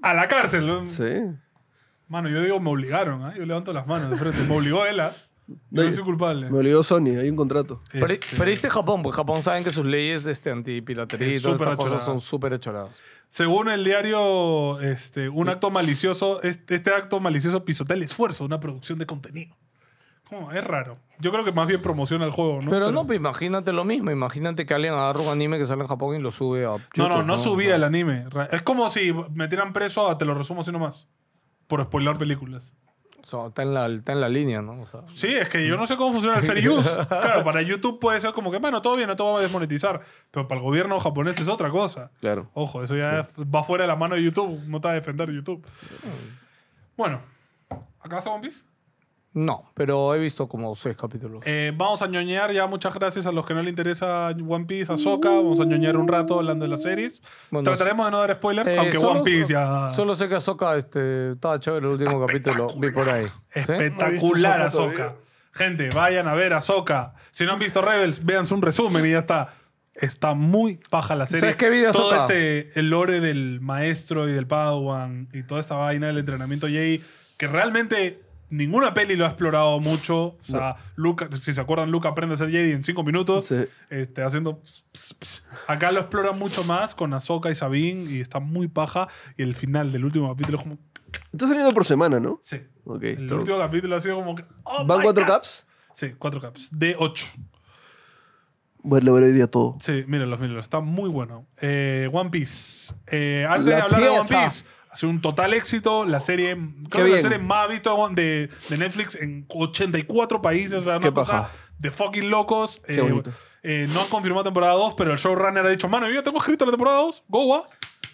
A la cárcel. weón.
Sí.
Mano, yo digo, me obligaron, ¿ah? Yo levanto las manos de frente. Me obligó él, ¿ah? Yo no soy culpable.
Me olvidó Sony, hay un contrato.
Pero,
Este,
pero este Japón, pues Japón saben que sus leyes de este antipiratería y
Es
todas estas
súper
cosas
achorada.
son súper choradas.
Según el diario, este, un acto malicioso, este, este acto malicioso pisotea el esfuerzo de una producción de contenido. ¿Cómo? Es raro. Yo creo que más bien promociona el juego, ¿no?
Pero no, pues imagínate lo mismo. Imagínate que alguien agarra un anime que sale en Japón y lo sube a YouTube.
No, no, no subía el
la...
anime. Ra- Es como si metieran preso a Te lo resumo así nomás. Por spoiler películas.
O sea, está en la, está en la línea, ¿no? O sea,
Sí, es que yo no sé cómo funciona el fair use. Claro, para YouTube puede ser como que, mano, todo bien, no te vamos a desmonetizar. Pero para el gobierno japonés es otra cosa.
Claro.
Ojo, eso ya va fuera de la mano de YouTube. No te va a defender YouTube. Bueno, ¿acabaste One Piece?
no, pero he visto como seis capítulos.
Eh, vamos a ñoñear ya. Muchas gracias a los que no le interesa One Piece, a Soka. Vamos a ñoñear un rato hablando de las series.
Bueno,
Trataremos de no dar spoilers,
Eh,
aunque One
solo-
Piece ya.
Solo sé que Ahsoka este, estaba chévere el último capítulo. Vi por ahí. ¿Sí?
Espectacular
No he
a
visto Ahsoka
Soka. Gente, vayan a ver a Soka. Si no han visto Rebels, véanse un resumen y ya está. Está muy paja la serie.
¿Sabes qué vi de
Todo
Ahsoka?
este el lore del maestro y del Padawan y toda esta vaina del entrenamiento Jedi que realmente ninguna peli lo ha explorado mucho. O sea, Luca, si se acuerdan, Luca aprende a ser Jedi en cinco minutos.
Sí.
Este, haciendo... ps, ps, ps. Acá lo explora mucho más con Ahsoka y Sabine y está muy paja. Y el final del último capítulo es como...
Está saliendo por semana, ¿no?
Sí.
Ok.
El
todo.
último capítulo ha sido como que. ¡oh
¿Van
my
cuatro
God!
caps?
Sí, cuatro caps. De ocho.
Voy a ver hoy día todo.
Sí, mírenlo, mírenlo. Está muy bueno. Eh, One Piece. Eh, antes
La
de hablar de One
pieza.
Piece, ha sido un total éxito. La serie. Creo que la
bien.
serie más vista de, de Netflix en 84 países. O sea, una
Qué
cosa
paja.
de fucking locos.
Qué
Eh,
bonito.
eh, no han confirmado temporada 2, pero el showrunner ha dicho: Mano, yo ya tengo escrito la temporada 2. Goa.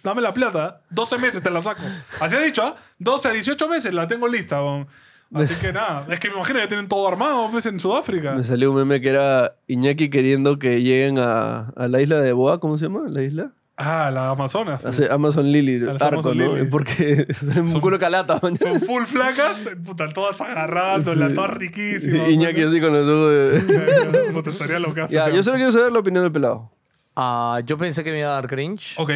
Dame la plata. 12 meses te la saco. Así ha dicho, ¿ah? 12 a 18 meses la tengo lista. bon. Así que nada. Es que me imagino que tienen todo armado pues, en Sudáfrica.
Me salió un meme que era Iñaki queriendo que lleguen a, a la isla de Boa, ¿cómo se llama? ¿La isla?
Ah, las Amazonas. pues.
Hace Amazon Lily,
A las
arco,
Amazon
¿no?
Lily.
Porque es un
Son-
culo calata, man.
Son full flacas, puta, todas agarrándolas, todas riquísimas.
Iñaki así con los ojos. de-
Puta, estaría loca.
Ya, yo solo quiero saber la opinión del pelado.
Ah, yo pensé que me iba a dar cringe.
Ok.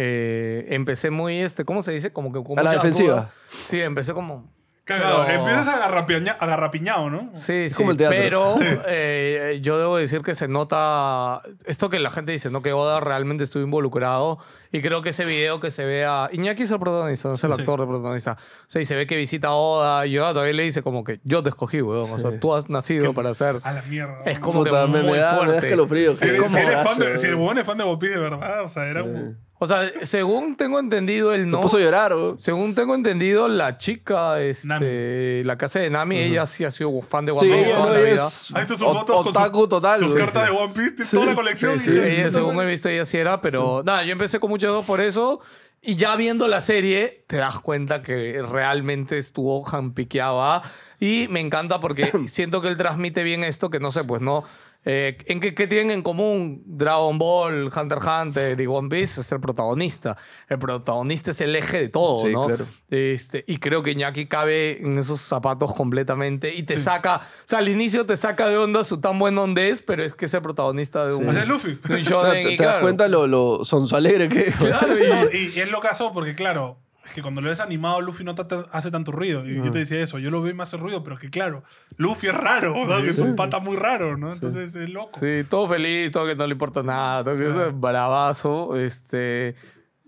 Eh, empecé muy, este, ¿cómo se dice? Como que con
A la
mucha
defensiva.
duda. Sí, empecé como...
Cagado.
Pero-
Empiezas agarrapiña- agarrapiñado, ¿no?
Sí, sí,
como el teatro.
pero eh, yo debo decir que se nota esto que la gente dice, ¿no? Que Oda realmente estuvo involucrado y creo que ese video que se ve a... Iñaki es el protagonista, no es el
Sí.
actor de protagonista. O sea, y se ve que visita a Oda y Oda todavía le dice como que yo te escogí, weón. O sea, tú has nacido para ser...
A la mierda.
Es como que
Puta,
muy
me, me da, me da
fuerte.
escalofrío.
Si eres,
como-
si eres fan de,
Brazo,
si el huevón es fan de Gopi, de verdad, o sea, era un...
O sea, según tengo entendido, él
Me
no...
puso a llorar, bro.
Según tengo entendido, la chica, este,
Nami.
la casa de Nami, ella sí ha sido fan de One
Sí,
Piece
ella
toda
no,
la
ella
vida.
es
Ahí están sus
ot-
fotos con
otaku
sus-
total.
Sus
bro.
cartas de One Piece, tiene
Sí,
toda la colección.
sí,
y-
sí.
Ella, según he visto, ella sí era, pero nada, yo empecé con mucho por eso. Y ya viendo la serie, te das cuenta que realmente estuvo jampiqueada. Y me encanta porque siento que él transmite bien esto, que no sé, pues no. Eh, ¿En qué, qué tienen en común Dragon Ball, Hunter x Hunter y One Piece? Es el protagonista. El protagonista es el eje de todo,
Sí,
¿no?
claro.
Este, y creo que Iñaki cabe en esos zapatos completamente y te saca, o sea, al inicio te saca de onda su tan buen onda es, pero es que es el protagonista de
Sí.
un...
O sea, es Luffy.
de un
No,
shonen
te,
y
te das
claro.
cuenta lo, lo sonso alegre que es, bro.
Claro, y-
No, y, y es lo caso porque, claro, es que cuando lo ves animado, Luffy no ta- ta- hace tanto ruido. Y
Ah.
yo te decía eso, yo lo veo y me hace ruido, pero que, claro, Luffy es raro, ¿no? Que es un pata muy raro, ¿no? Entonces es loco.
Sí, todo feliz, todo que no le importa nada, todo que es bravazo, este...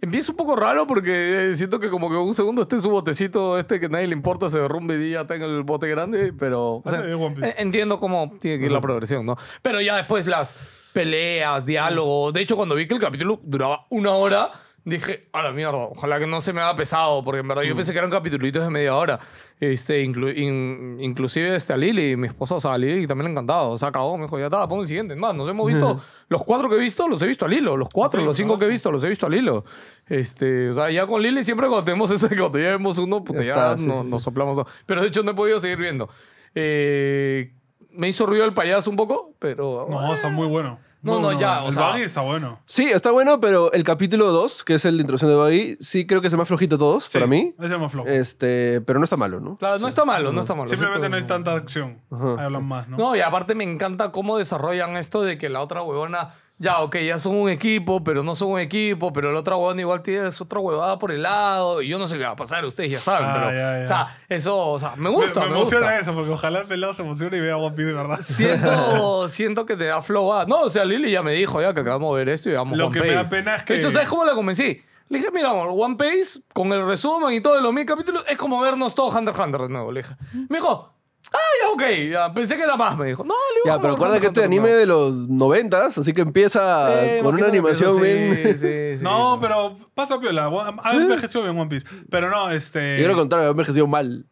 Empieza un poco raro porque eh, siento que como que un segundo esté en su botecito este que nadie le importa, se derrumbe y ya está en el bote grande, pero... o
Así
sea,
es One Piece.
eh, entiendo cómo tiene que ir la progresión, ¿no? Pero ya después las peleas, diálogos... De hecho, cuando vi que el capítulo duraba una hora, dije, a la mierda, ojalá que no se me haga pesado, porque en verdad
Mm.
yo pensé que eran capitulitos de media hora. Este, inclu- in- inclusive este, a Lili, mi esposa, o sea, a Lili también le encantaba. O sea, acabó, me dijo, ya está, pon el siguiente. Más, nos hemos visto... los cuatro que he visto, los he visto al hilo. Los cuatro,
Ok,
los cinco que he
bravazo.
visto visto, los he visto al hilo. Este, o sea, ya con Lili siempre cuando tenemos eso, cuando ya vemos uno, puta,
Ya
ya,
está, sí,
no-
sí, sí.
nos soplamos dos. Pero de hecho no he podido seguir viendo. Eh, me hizo ruido el payaso un poco, pero...
No, está muy bueno.
No,
Muy
no,
bueno.
ya, o
El
sea-
Baggy está bueno.
Sí, está bueno, pero el capítulo 2, que es el de introducción de Baggy, sí creo que es el más flojito de todos,
Sí,
para mí.
Ese es más flojo.
Este, pero no está malo, ¿no?
Claro, no está malo, no está malo.
Simplemente no
Siento-
hay tanta acción.
Ajá,
Ahí hablan más, ¿no?
No, y aparte me encanta cómo desarrollan esto de que la otra huevona, ya, ok, ya son un equipo, pero no son un equipo, pero la otra huevona igual tiene su otra huevada por el lado, y yo no sé qué va a pasar, ustedes ya saben,
Ah,
pero,
ya, ya.
o sea, eso, o sea, me
Me-
gusta,
me,
me,
emociona
gusta.
eso, porque ojalá el pelado se emocione y vea One Piece de verdad.
Siento, siento que te da flow. ah. No, o sea, Lili ya me dijo ya que acabamos de ver esto y vamos
Lo
One
que me da
Piece.
pena es que-
De hecho, ¿sabes cómo la convencí? Le dije, mira, amor, One Piece, con el resumen y todo de los mil capítulos, es como vernos todo Hunter x Hunter de nuevo, le dije. Me dijo, ah, ya, ok, ya, pensé que era más, me dijo. No, le digo,
Ya,
como
pero
ver
acuérdate
Hunter
que este
x
anime
Hunter de
de los noventas, así que empieza
nuevo". Sí,
con una
imagínate que
animación
eso,
bien...
sí, sí, sí,
no,
sí.
pero pasa piola. One- Ha
Sí.
envejecido bien One Piece. Pero no, este.
Yo creo que contrario, ha envejecido mal.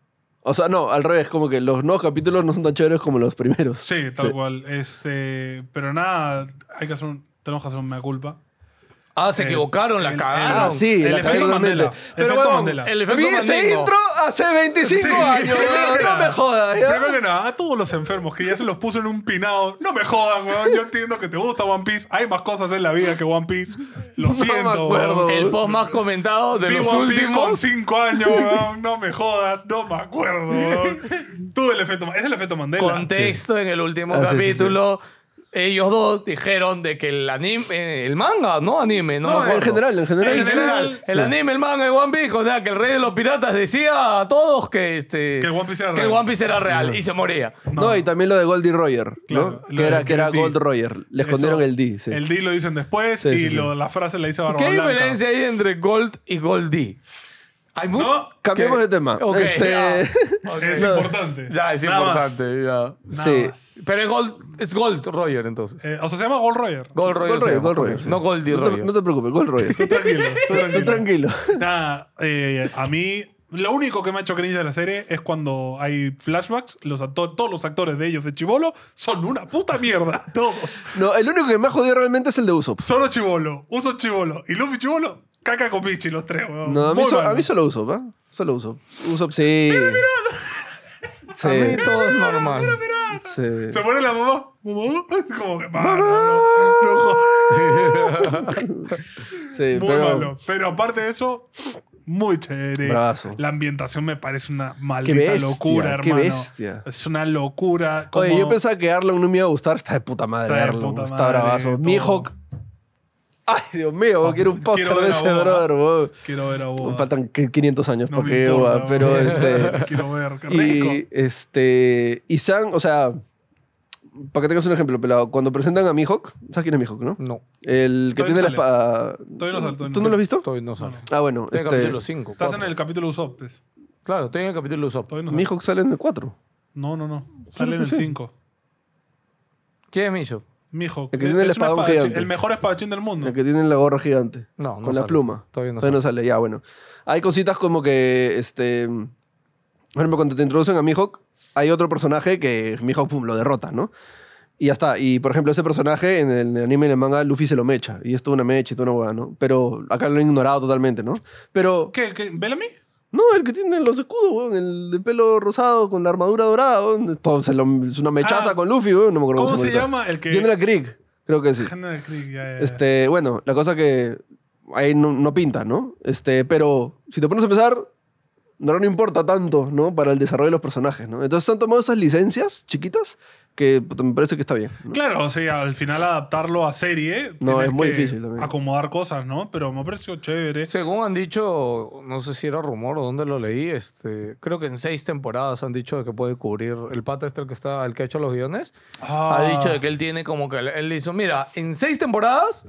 O sea, no, al revés, como que los nuevos capítulos no son tan chéveres como los primeros.
Sí, tal cual. Este, pero nada, hay que hacer un, tenemos que hacer una culpa.
Ah, se
El-
equivocaron, la
el-
cagaron.
Ah, sí,
El
la
efecto
cagaron
Mandela.
realmente.
El
Pero
efecto
bueno,
Mandela.
El efecto
vi ese
Mandingo.
intro hace 25
Sí.
años, weón, no me jodas. ¿ya?
Primero que nada, a todos los enfermos que ya se los puso en un pinado, no me jodan, weón. Yo entiendo que te gusta One Piece. Hay más cosas en la vida que One Piece. Lo siento,
acuerdo.
weón.
El post más comentado de
Vi
los
One Piece con
últimos.
5 años, weón. No me jodas, no me acuerdo, weón. Tuve el efecto. Es el efecto Mandela.
contexto en el último
Ah, sí, sí,
capítulo. Ellos dos dijeron de que el anime, eh, el manga, no anime, no,
No,
me acuerdo.
En general, en general.
En
sí.
general, el
Sí.
anime, el manga de One Piece, o sea, que el rey de los piratas decía a todos que este
Que el One Piece era
que el
real.
One Piece era real y se moría.
No. y también lo de Goldie Roger,
Claro,
¿no?
lo
Que
de
era, que era
el D.
Gold Roger. Le escondieron
Eso,
el D, sí.
El D lo dicen después
Sí,
y
sí, sí.
lo- la frase la dice Barba
¿Qué
Blanca.
diferencia hay entre Gold y Goldie? Hay mu-
No,
Cambiemos
¿Qué?
de tema.
Ok,
Este-
ya. Ok.
Es
No.
importante.
Ya, es
Nada más.
importante. ya.
Nada
Sí.
más.
Pero es Gold, es Gold Roger entonces.
Eh, o sea, se llama Gold Roger.
Gold Roger,
Gold
se
Roger,
llama,
Gold
ok.
Roger. sí.
No Goldie
No te-
Roger.
No te preocupes, Gold Roger.
Tranquilo, tú tranquilo.
Tú tranquilo.
Nada, eh, a mí lo único que me ha hecho cringe de la serie es cuando hay flashbacks, los acto- todos los actores de ellos de Chibolo son una puta mierda, todos.
No, el único que me ha jodido realmente es el de Usopp.
Solo Chibolo, Uso Chibolo y Luffy Chibolo, caca con Pichi los tres, weón.
No, a mí,
Muy
so- a
malo.
mí solo Usopp, ¿ah? Solo Usopp. Usopp, sí. Sí.
A mí todo es normal.
sí.
Se pone la mamá, mamá, como que "Mano, no, no jodas".
Sí,
Muy
pero...
malo. Pero aparte de eso, muy chévere.
Bravazo.
La ambientación me parece una maldita
bestia,
locura,
qué
hermano.
bestia.
Es una locura.
Oye,
como-
yo pensaba que Arlong no me iba a gustar. Está de puta madre
Está de
Arlong.
puta
está
madre,
bravazo.
todo. Ah,
Mihawk. Ay, Dios mío, quiero un
quiero
póster
ver
de
a
ese
Boba.
brother, weón.
Quiero ver a Boba.
Faltan que- 500 años
No
para
me
que
importa,
Boba, pero
weón.
este...
Quiero ver, qué rico.
Y este. Y Sam, o sea. Para que tengas un ejemplo, pelado. Cuando presentan a Mihawk, ¿sabes quién es Mihawk, no?
No,
El que
Todavía
tiene
no
la
sale.
espada.
Todavía no sale,
¿Tú,
todavía
tú
no
no lo has visto?
estoy, no
No,
sale.
no.
Ah, bueno.
Estoy en el
Este,
capítulo 5.
Estás en el capítulo Usopp. pues.
Claro, estoy en el capítulo Usopp.
Todavía no, sale.
Mihawk sale en el 4.
no, no, no. Sale en el
Sí.
5.
¿Quién es Micho?
Mijo.
El que tiene el
es un
espadón
espadachín,
gigante.
El mejor espadachín del mundo.
El que tiene la gorra gigante.
No, no
Con la
sale.
pluma.
Todavía no
Todavía no sale, ya, bueno. Hay cositas como que. Este. Por ejemplo, cuando te introducen a Mihawk, hay otro personaje que Mihawk, pum, lo derrota, ¿no? Y ya está. Y por ejemplo, ese personaje en el anime y en el manga, Luffy se lo mecha. Y es toda una mecha y toda una hueá, ¿no? Pero acá lo han ignorado totalmente, ¿no? Pero.
¿Qué? ¿Qué? ¿Bellamy?
No, el que tiene los escudos, weón. El de pelo rosado con la armadura dorada, weón. Todo se lo- es una mechaza
Ah.
con Luffy, weón. No me acuerdo
¿Cómo se
ahorita.
llama el que-
General Krieg, creo que sí.
General Krieg, ya, ya, ya.
Este, bueno, la cosa que ahí no, no pinta, ¿no? Este, pero si te pones a pensar, no, no importa tanto, ¿no? Para el desarrollo de los personajes, ¿no? Entonces han tomado esas licencias chiquitas que puta, me parece que está bien. ¿no?
Claro, o sea, al final adaptarlo a serie.
No,
tienes
es muy
que
difícil también.
Acomodar cosas, ¿no? Pero me pareció chévere.
Según han dicho, no sé si era rumor o dónde lo leí, este, creo que en seis temporadas han dicho que puede cubrir el pata este el que está, el que ha hecho los guiones,
Ah.
ha dicho de que él tiene como que él hizo, mira, en seis temporadas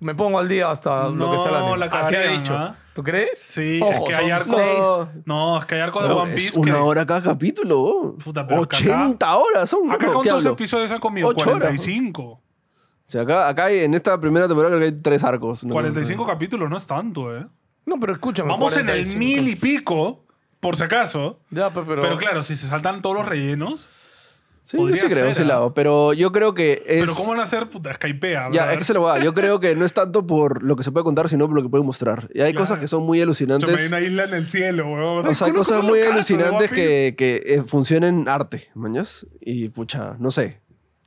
me pongo al día hasta lo que está el
No,
anime.
la
Así ha
cagarían,
dicho.
¿ah?
¿Tú crees?
Sí,
Ojo,
es que
son
hay arcos.
seis.
No, es que hay arcos de
No,
One Piece.
es una
que-
hora cada capítulo. oh.
Puta, pero es que acá-
80 horas son.
Acá
bro,
con
¿qué
todos los
hablo?
episodios han comido
Ocho horas,
45.
O sea, acá, acá hay- en esta primera temporada creo que hay tres arcos. una cosa
45 capítulos no es tanto, ¿eh?
No, pero escúchame.
Vamos en el
45.
mil y pico, por si acaso.
Ya, pe- pero.
Pero, claro, si se saltan todos los rellenos.
así. Sí, yo
Podría
sí creo
ser,
ese
¿ah?
lado. Pero yo creo que es.
Pero ¿cómo van a hacer? Puta, Skypea.
Ya,
brother.
es que se lo va. Yo creo que no es tanto por lo que se puede contar, sino por lo que puede mostrar. Y hay
Claro.
cosas que son
Se me
muy
dio
alucinantes.
una isla en el cielo, weón.
O sea, hay
una
cosas
cosa
muy
locaza de
alucinantes
One Piece.
que, que eh, funcionen arte, mañas. Y pucha, no sé.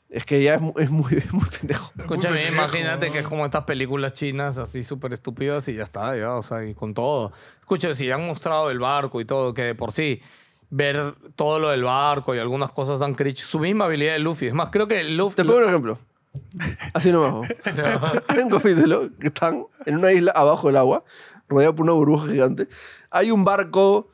Es que ya es, mu- es muy, es muy pendejo.
Escúchame,
Muy pendejo,
imagínate
¿no?
que es como estas películas chinas así súper estúpidas y ya está, ya, o sea, y con todo. Escúchame, si ya han mostrado el barco y todo, que de por sí ver todo lo del barco y algunas cosas dan cringe, su misma habilidad de Luffy. Es más, creo que Luffy...
Te pongo un ejemplo. Así nomás. ¿no? Hay un capítulo que están en una isla abajo del agua, rodeado por una burbuja gigante. Hay un barco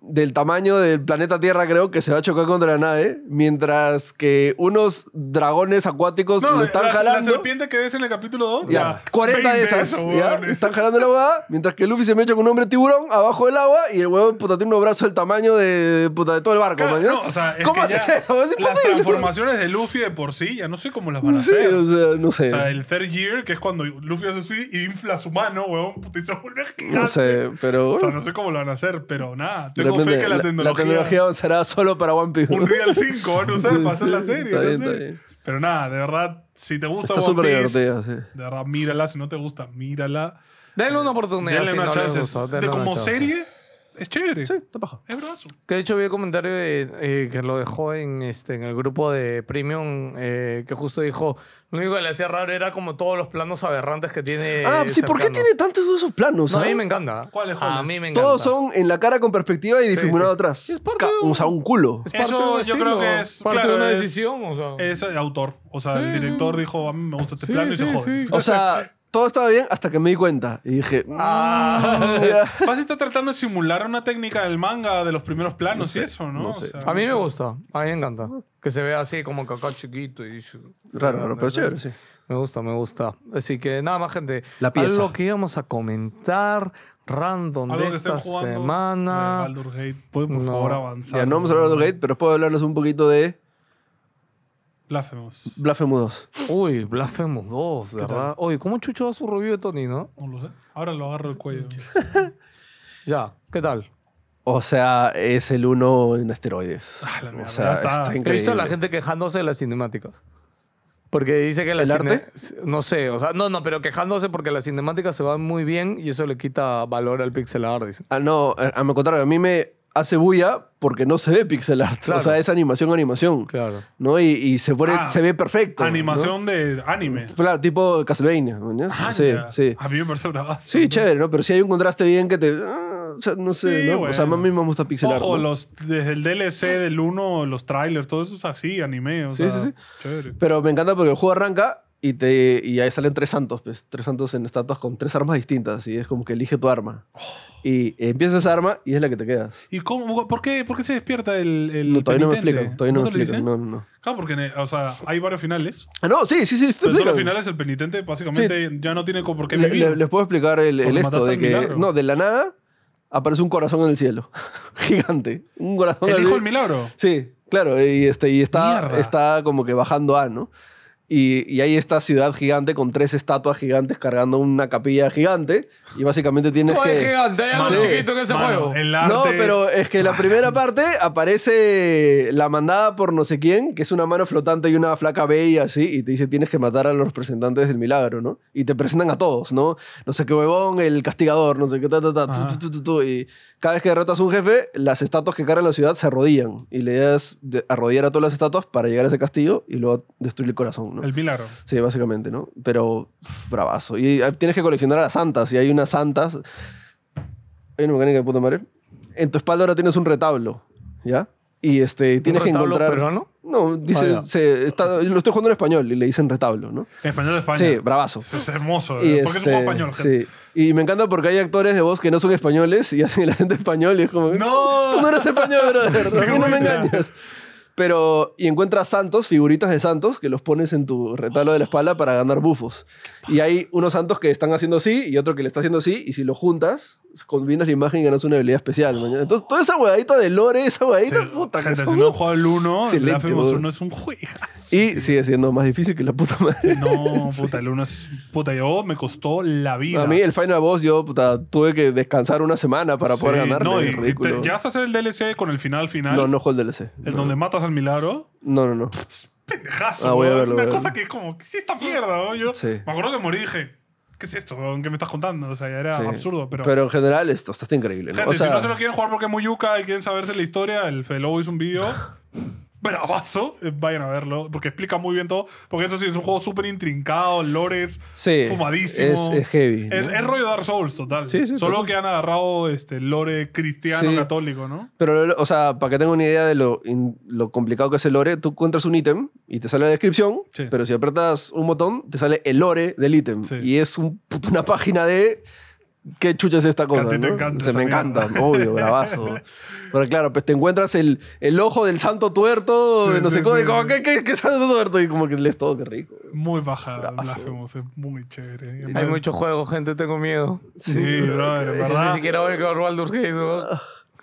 del tamaño del planeta Tierra, creo, que se va a chocar contra la nave, mientras que unos dragones acuáticos
No,
lo están
la,
jalando.
La serpiente que ves en el capítulo 2.
Ya, 40 de esas. ya,
weones.
están jalando la huevada, mientras que Luffy se mecha con un hombre tiburón abajo del agua y el huevón puta tiene unos brazos del tamaño de, puta, de todo el barco.
Claro,
mañana.
no, o sea, es
¿Cómo
que
haces
ya
eso? Es
Las
imposible.
transformaciones de Luffy de por sí, ya no sé cómo las van a
Sí,
hacer.
o sea, no sé.
O sea, el third year, que es cuando Luffy hace así y infla su mano, weón, puta, y se vuelve gigante.
no sé, pero.
O sea,
bueno,
no sé cómo lo van a hacer, pero nada.
de
Tengo fe
repente
que la, tecnología...
avanzará solo para One Piece.
Un Real 5, van a usar
Sí,
para hacer
sí,
la serie,
está
no
bien,
sé.
está bien.
Pero nada, de verdad, si te gusta One
Está súper
Piece,
divertida, sí.
de verdad, mírala. Si no te gusta, mírala.
Denle una oportunidad.
Dale
Pues si
una
no les
chance.
gustó, denle
de
una
como
chance.
serie, es chévere.
Sí, está paja.
Es brazo.
Que de hecho vi el comentario de, eh, que lo dejó en, este, en el grupo de Premium, eh, que justo dijo, lo único que le hacía raro era como todos los planos aberrantes que tiene.
ah, sí, ¿por qué
cercano.
tiene tantos de esos planos?
No, a
ah?
mí me encanta.
¿Cuáles,
A
cuáles?
mí me encanta.
Todos son en la cara con perspectiva y difuminado
sí.
atrás.
Es parte
Ca-
de un-
O sea, un culo.
Es parte
Eso
de un
yo creo
estilo,
que es-
parte
claro,
de una
es-
decisión, o sea.
Es autor. O sea, el
Sí.
director dijo, a mí me gusta este
Sí,
plano y se
sí,
jode.
sí.
O sea, todo estaba bien hasta que me di cuenta. Y dije,
Ah.
"Mm, ya".
Fácil está tratando de simular una técnica del manga de los primeros planos y eso, ¿no?
no
O
sé.
sea,
A mí me
no sé.
gusta, a mí me encanta. Que se vea así como que acá chiquito y...
Raro, raro, pero chévere, sí.
Me gusta, me gusta. Así que nada más, gente.
La pieza.
Algo que íbamos a comentar random
Algo
de
que estén
esta
jugando. eh,
semana.
Baldur's Gate, pueden por
No.
favor avanzar.
Ya, no vamos a hablar de Gate, pero puedo hablarles un poquito de
Blasphemous.
Blasphemous 2.
Uy, Blasphemous 2, ¿verdad? Oye, ¿cómo Chucho va su review de Tony, no?
No lo sé. Ahora lo agarro el cuello.
Ya, ¿qué tal?
O sea, es el uno en asteroides.
Ah, la mierda,
o sea,
ya está.
está,
He
He
increíble.
visto a la gente quejándose de las cinemáticas. Porque dice que las
¿El
cine-
arte?
No sé, o sea, no, no, pero quejándose porque las cinemáticas se van muy bien y eso le quita valor al pixel art, dice.
Ah, no, a, a mi contrario, a mí me hace bulla porque no se ve pixel art.
Claro.
O sea, es animación, animación.
Claro.
¿No? Y, y se, pone,
Ah,
se ve perfecto. ¿no?
Animación de anime.
Claro, tipo Castlevania. ¿no?
Ah,
sí,
ya. Ah,
sí.
A mí me parece bravazo.
Sí, chévere, ¿no? Pero sí hay un contraste bien que te. ah, o sea, no sé,
Sí,
¿no? O sea, a mí
bueno.
me gusta pixel art.
Ojo,
¿no?
los, desde el DLC del 1, los trailers, todo eso es así, anime. O
Sí,
sea,
sí, sí.
Chévere.
Pero me encanta porque el juego arranca y, te, y ahí salen tres santos, pues, tres santos en estatuas con tres armas distintas y es como que elige tu arma.
Oh.
Y empiezas esa arma y es la que te quedas.
¿Y cómo? ¿Por qué, por qué se despierta el, el
No, todavía no me
penitente?
explican, todavía no,
te
me
lo dicen?
explican. No, no, no.
Claro, porque ne- o sea, hay varios finales.
Ah, no, sí, sí,
Pero
sí, sí te
en todos los
explican.
finales el penitente básicamente ya no tiene co- por qué
Le-
vivir.
le- les puedo explicar el, el
Porque
esto
mataste
de
al
que
milagro.
no de la nada aparece un corazón en el cielo gigante un corazón
el
así.
hijo del milagro.
sí claro y este y está
Mierda.
está como que bajando a no y, y hay esta ciudad gigante con tres estatuas gigantes cargando una capilla gigante y básicamente tienes
Todo es
que
gigante, hay algo
Mano,
chiquito en ese
mano,
juego.
El arte.
no, pero es que la primera parte aparece la mandada por no sé quién, que es una mano flotante y una flaca B y así, y te dice tienes que matar a los representantes del milagro, ¿no? Y te presentan a todos, ¿no? No sé qué huevón, el castigador, no sé qué, ta, ta, ta, tu,
Ajá.
tu, tu, tu, tu, y cada vez que derrotas a un jefe, las estatuas que cargan la ciudad se arrodillan, y le das de- arrodillar a todas las estatuas para llegar a ese castillo y luego destruir el corazón, ¿no?
El milagro.
Sí, básicamente, ¿no? Pero pf, bravazo. Y eh, tienes que coleccionar a las santas. Y hay unas santas. Hay una mecánica de puta madre. En tu espalda ahora tienes un retablo, ¿ya? Y este, tienes que
retablo
encontrar.
peruano?
No, dice.
Ah, ya.
se- está- lo estoy jugando en español y le dicen retablo, ¿no?
En español de España.
Sí, bravazo.
Es es hermoso.
Y
¿eh? Porque es un juego
este,
español, gente.
sí. Y me encanta porque hay actores de voz que no son españoles y hacen el acento español y es como.
¡No!
Tú no eres español, brother. A mí no me
buena.
engañas. Pero, y encuentras santos, figuritas de santos, que los pones en tu retalo de la espalda para ganar bufos. Y hay unos santos que están haciendo así y otro que le está haciendo así, y si lo juntas, combinas la imagen y ganas una habilidad especial. mañana. Entonces, toda esa huevadita de lore, esa huevadita,
Sí,
puta, que
gente,
son-
si no han jugado el 1, el
Excelente,
Blasphemous
bro.
1 es un juegazo.
Y sigue siendo más difícil que la puta madre.
No, puta, el 1 es. Puta, yo me costó la vida.
A mí el Final Boss yo puta, tuve que descansar una semana para
Sí,
poder ganarle.
No,
es
y- y te-
ridículo.
llegaste a hacer el DLC con el final final.
No, no juego el DLC.
El
no.
donde matas al milagro.
no, no, no.
Pendejazo.
Ah, voy a
¿no?
verlo,
es
voy
una
a
cosa
verlo.
que es como, ¿qué es esta mierda? no? Yo
Sí.
me acuerdo que morí y dije, ¿qué es esto? weón? ¿Qué me estás contando? O sea, ya era
Sí.
absurdo, pero.
en general esto, esto está increíble. ¿no?
Gente,
O sea,
si no se lo quieren jugar porque es muy yuca y quieren saberse la historia, el Fellow hizo un video bravazo. eh, Vayan a verlo, porque explica muy bien todo. Porque eso sí, es un juego súper intrincado, lores,
sí,
fumadísimo.
Es, es heavy. ¿no?
Es, es rollo Dark Souls, total.
Sí, sí,
Solo
total.
que han agarrado este lore cristiano
Sí.
católico, ¿no?
Pero, lo- o sea, para que tengan una idea de lo, in- lo complicado que es el lore, tú encuentras un ítem y te sale la descripción,
Sí.
pero si apretas un botón, te sale el lore del ítem.
Sí.
Y es un, puta, una página de qué chucha es esta cosa.
a ti te
¿no?
encanta
Se
esa
me
mierda.
encanta, obvio, bravazo. Pero claro, pues te encuentras el, el ojo del santo tuerto,
Sí,
de no sé
sí,
cómo,
sí,
y como,
sí.
¿qué, qué, qué santo tuerto? Y como que lees todo, qué rico.
Muy baja,
Bravazo.
Blasphemous, es muy chévere.
Hay
Me-
muchos juegos, gente, tengo miedo.
Sí, brother,
es-
No sé
¿verdad? Ah.
si quiero ver con Baldur's Gate, ¿no?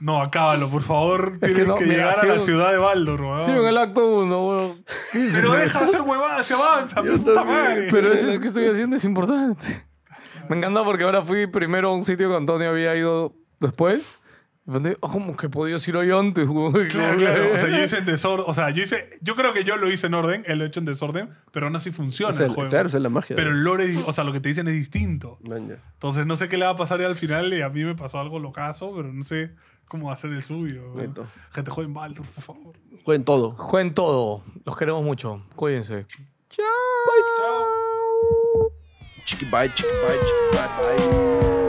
No, acábalo, por favor. Tienes que,
no, mira,
llegar
ha
a
sido
la
un-
ciudad de Baldur, weón.
Sí, en el acto 1,
Pero deja de hacer huevadas, se avanza,
Yo
puta
también,
madre.
Pero eso es que estoy haciendo es importante. Me encanta porque ahora fui primero a un sitio que Antonio había ido después. Y pensé, "Ah, ¿Cómo que podías ir hoy antes? güey?"
Claro, claro. O sea, yo hice en desorden. O sea, yo hice. Yo creo que yo lo hice en orden, él lo ha hecho en desorden, pero aún así funciona
es
el,
el-
juego.
claro, esa es la magia.
pero el lore, o sea, lo que te dicen es distinto.
Maña.
Entonces no sé qué le va a pasar y al final y a mí me pasó algo locazo, pero no sé cómo va a ser el suyo. weón.
Neto.
Gente, jueguen Baldur, por favor.
Jueguen todo.
Jueguen todo. Los queremos mucho. Cuídense.
Chao.
Chiqui bye, chiqui bye, chiqui bye, bye.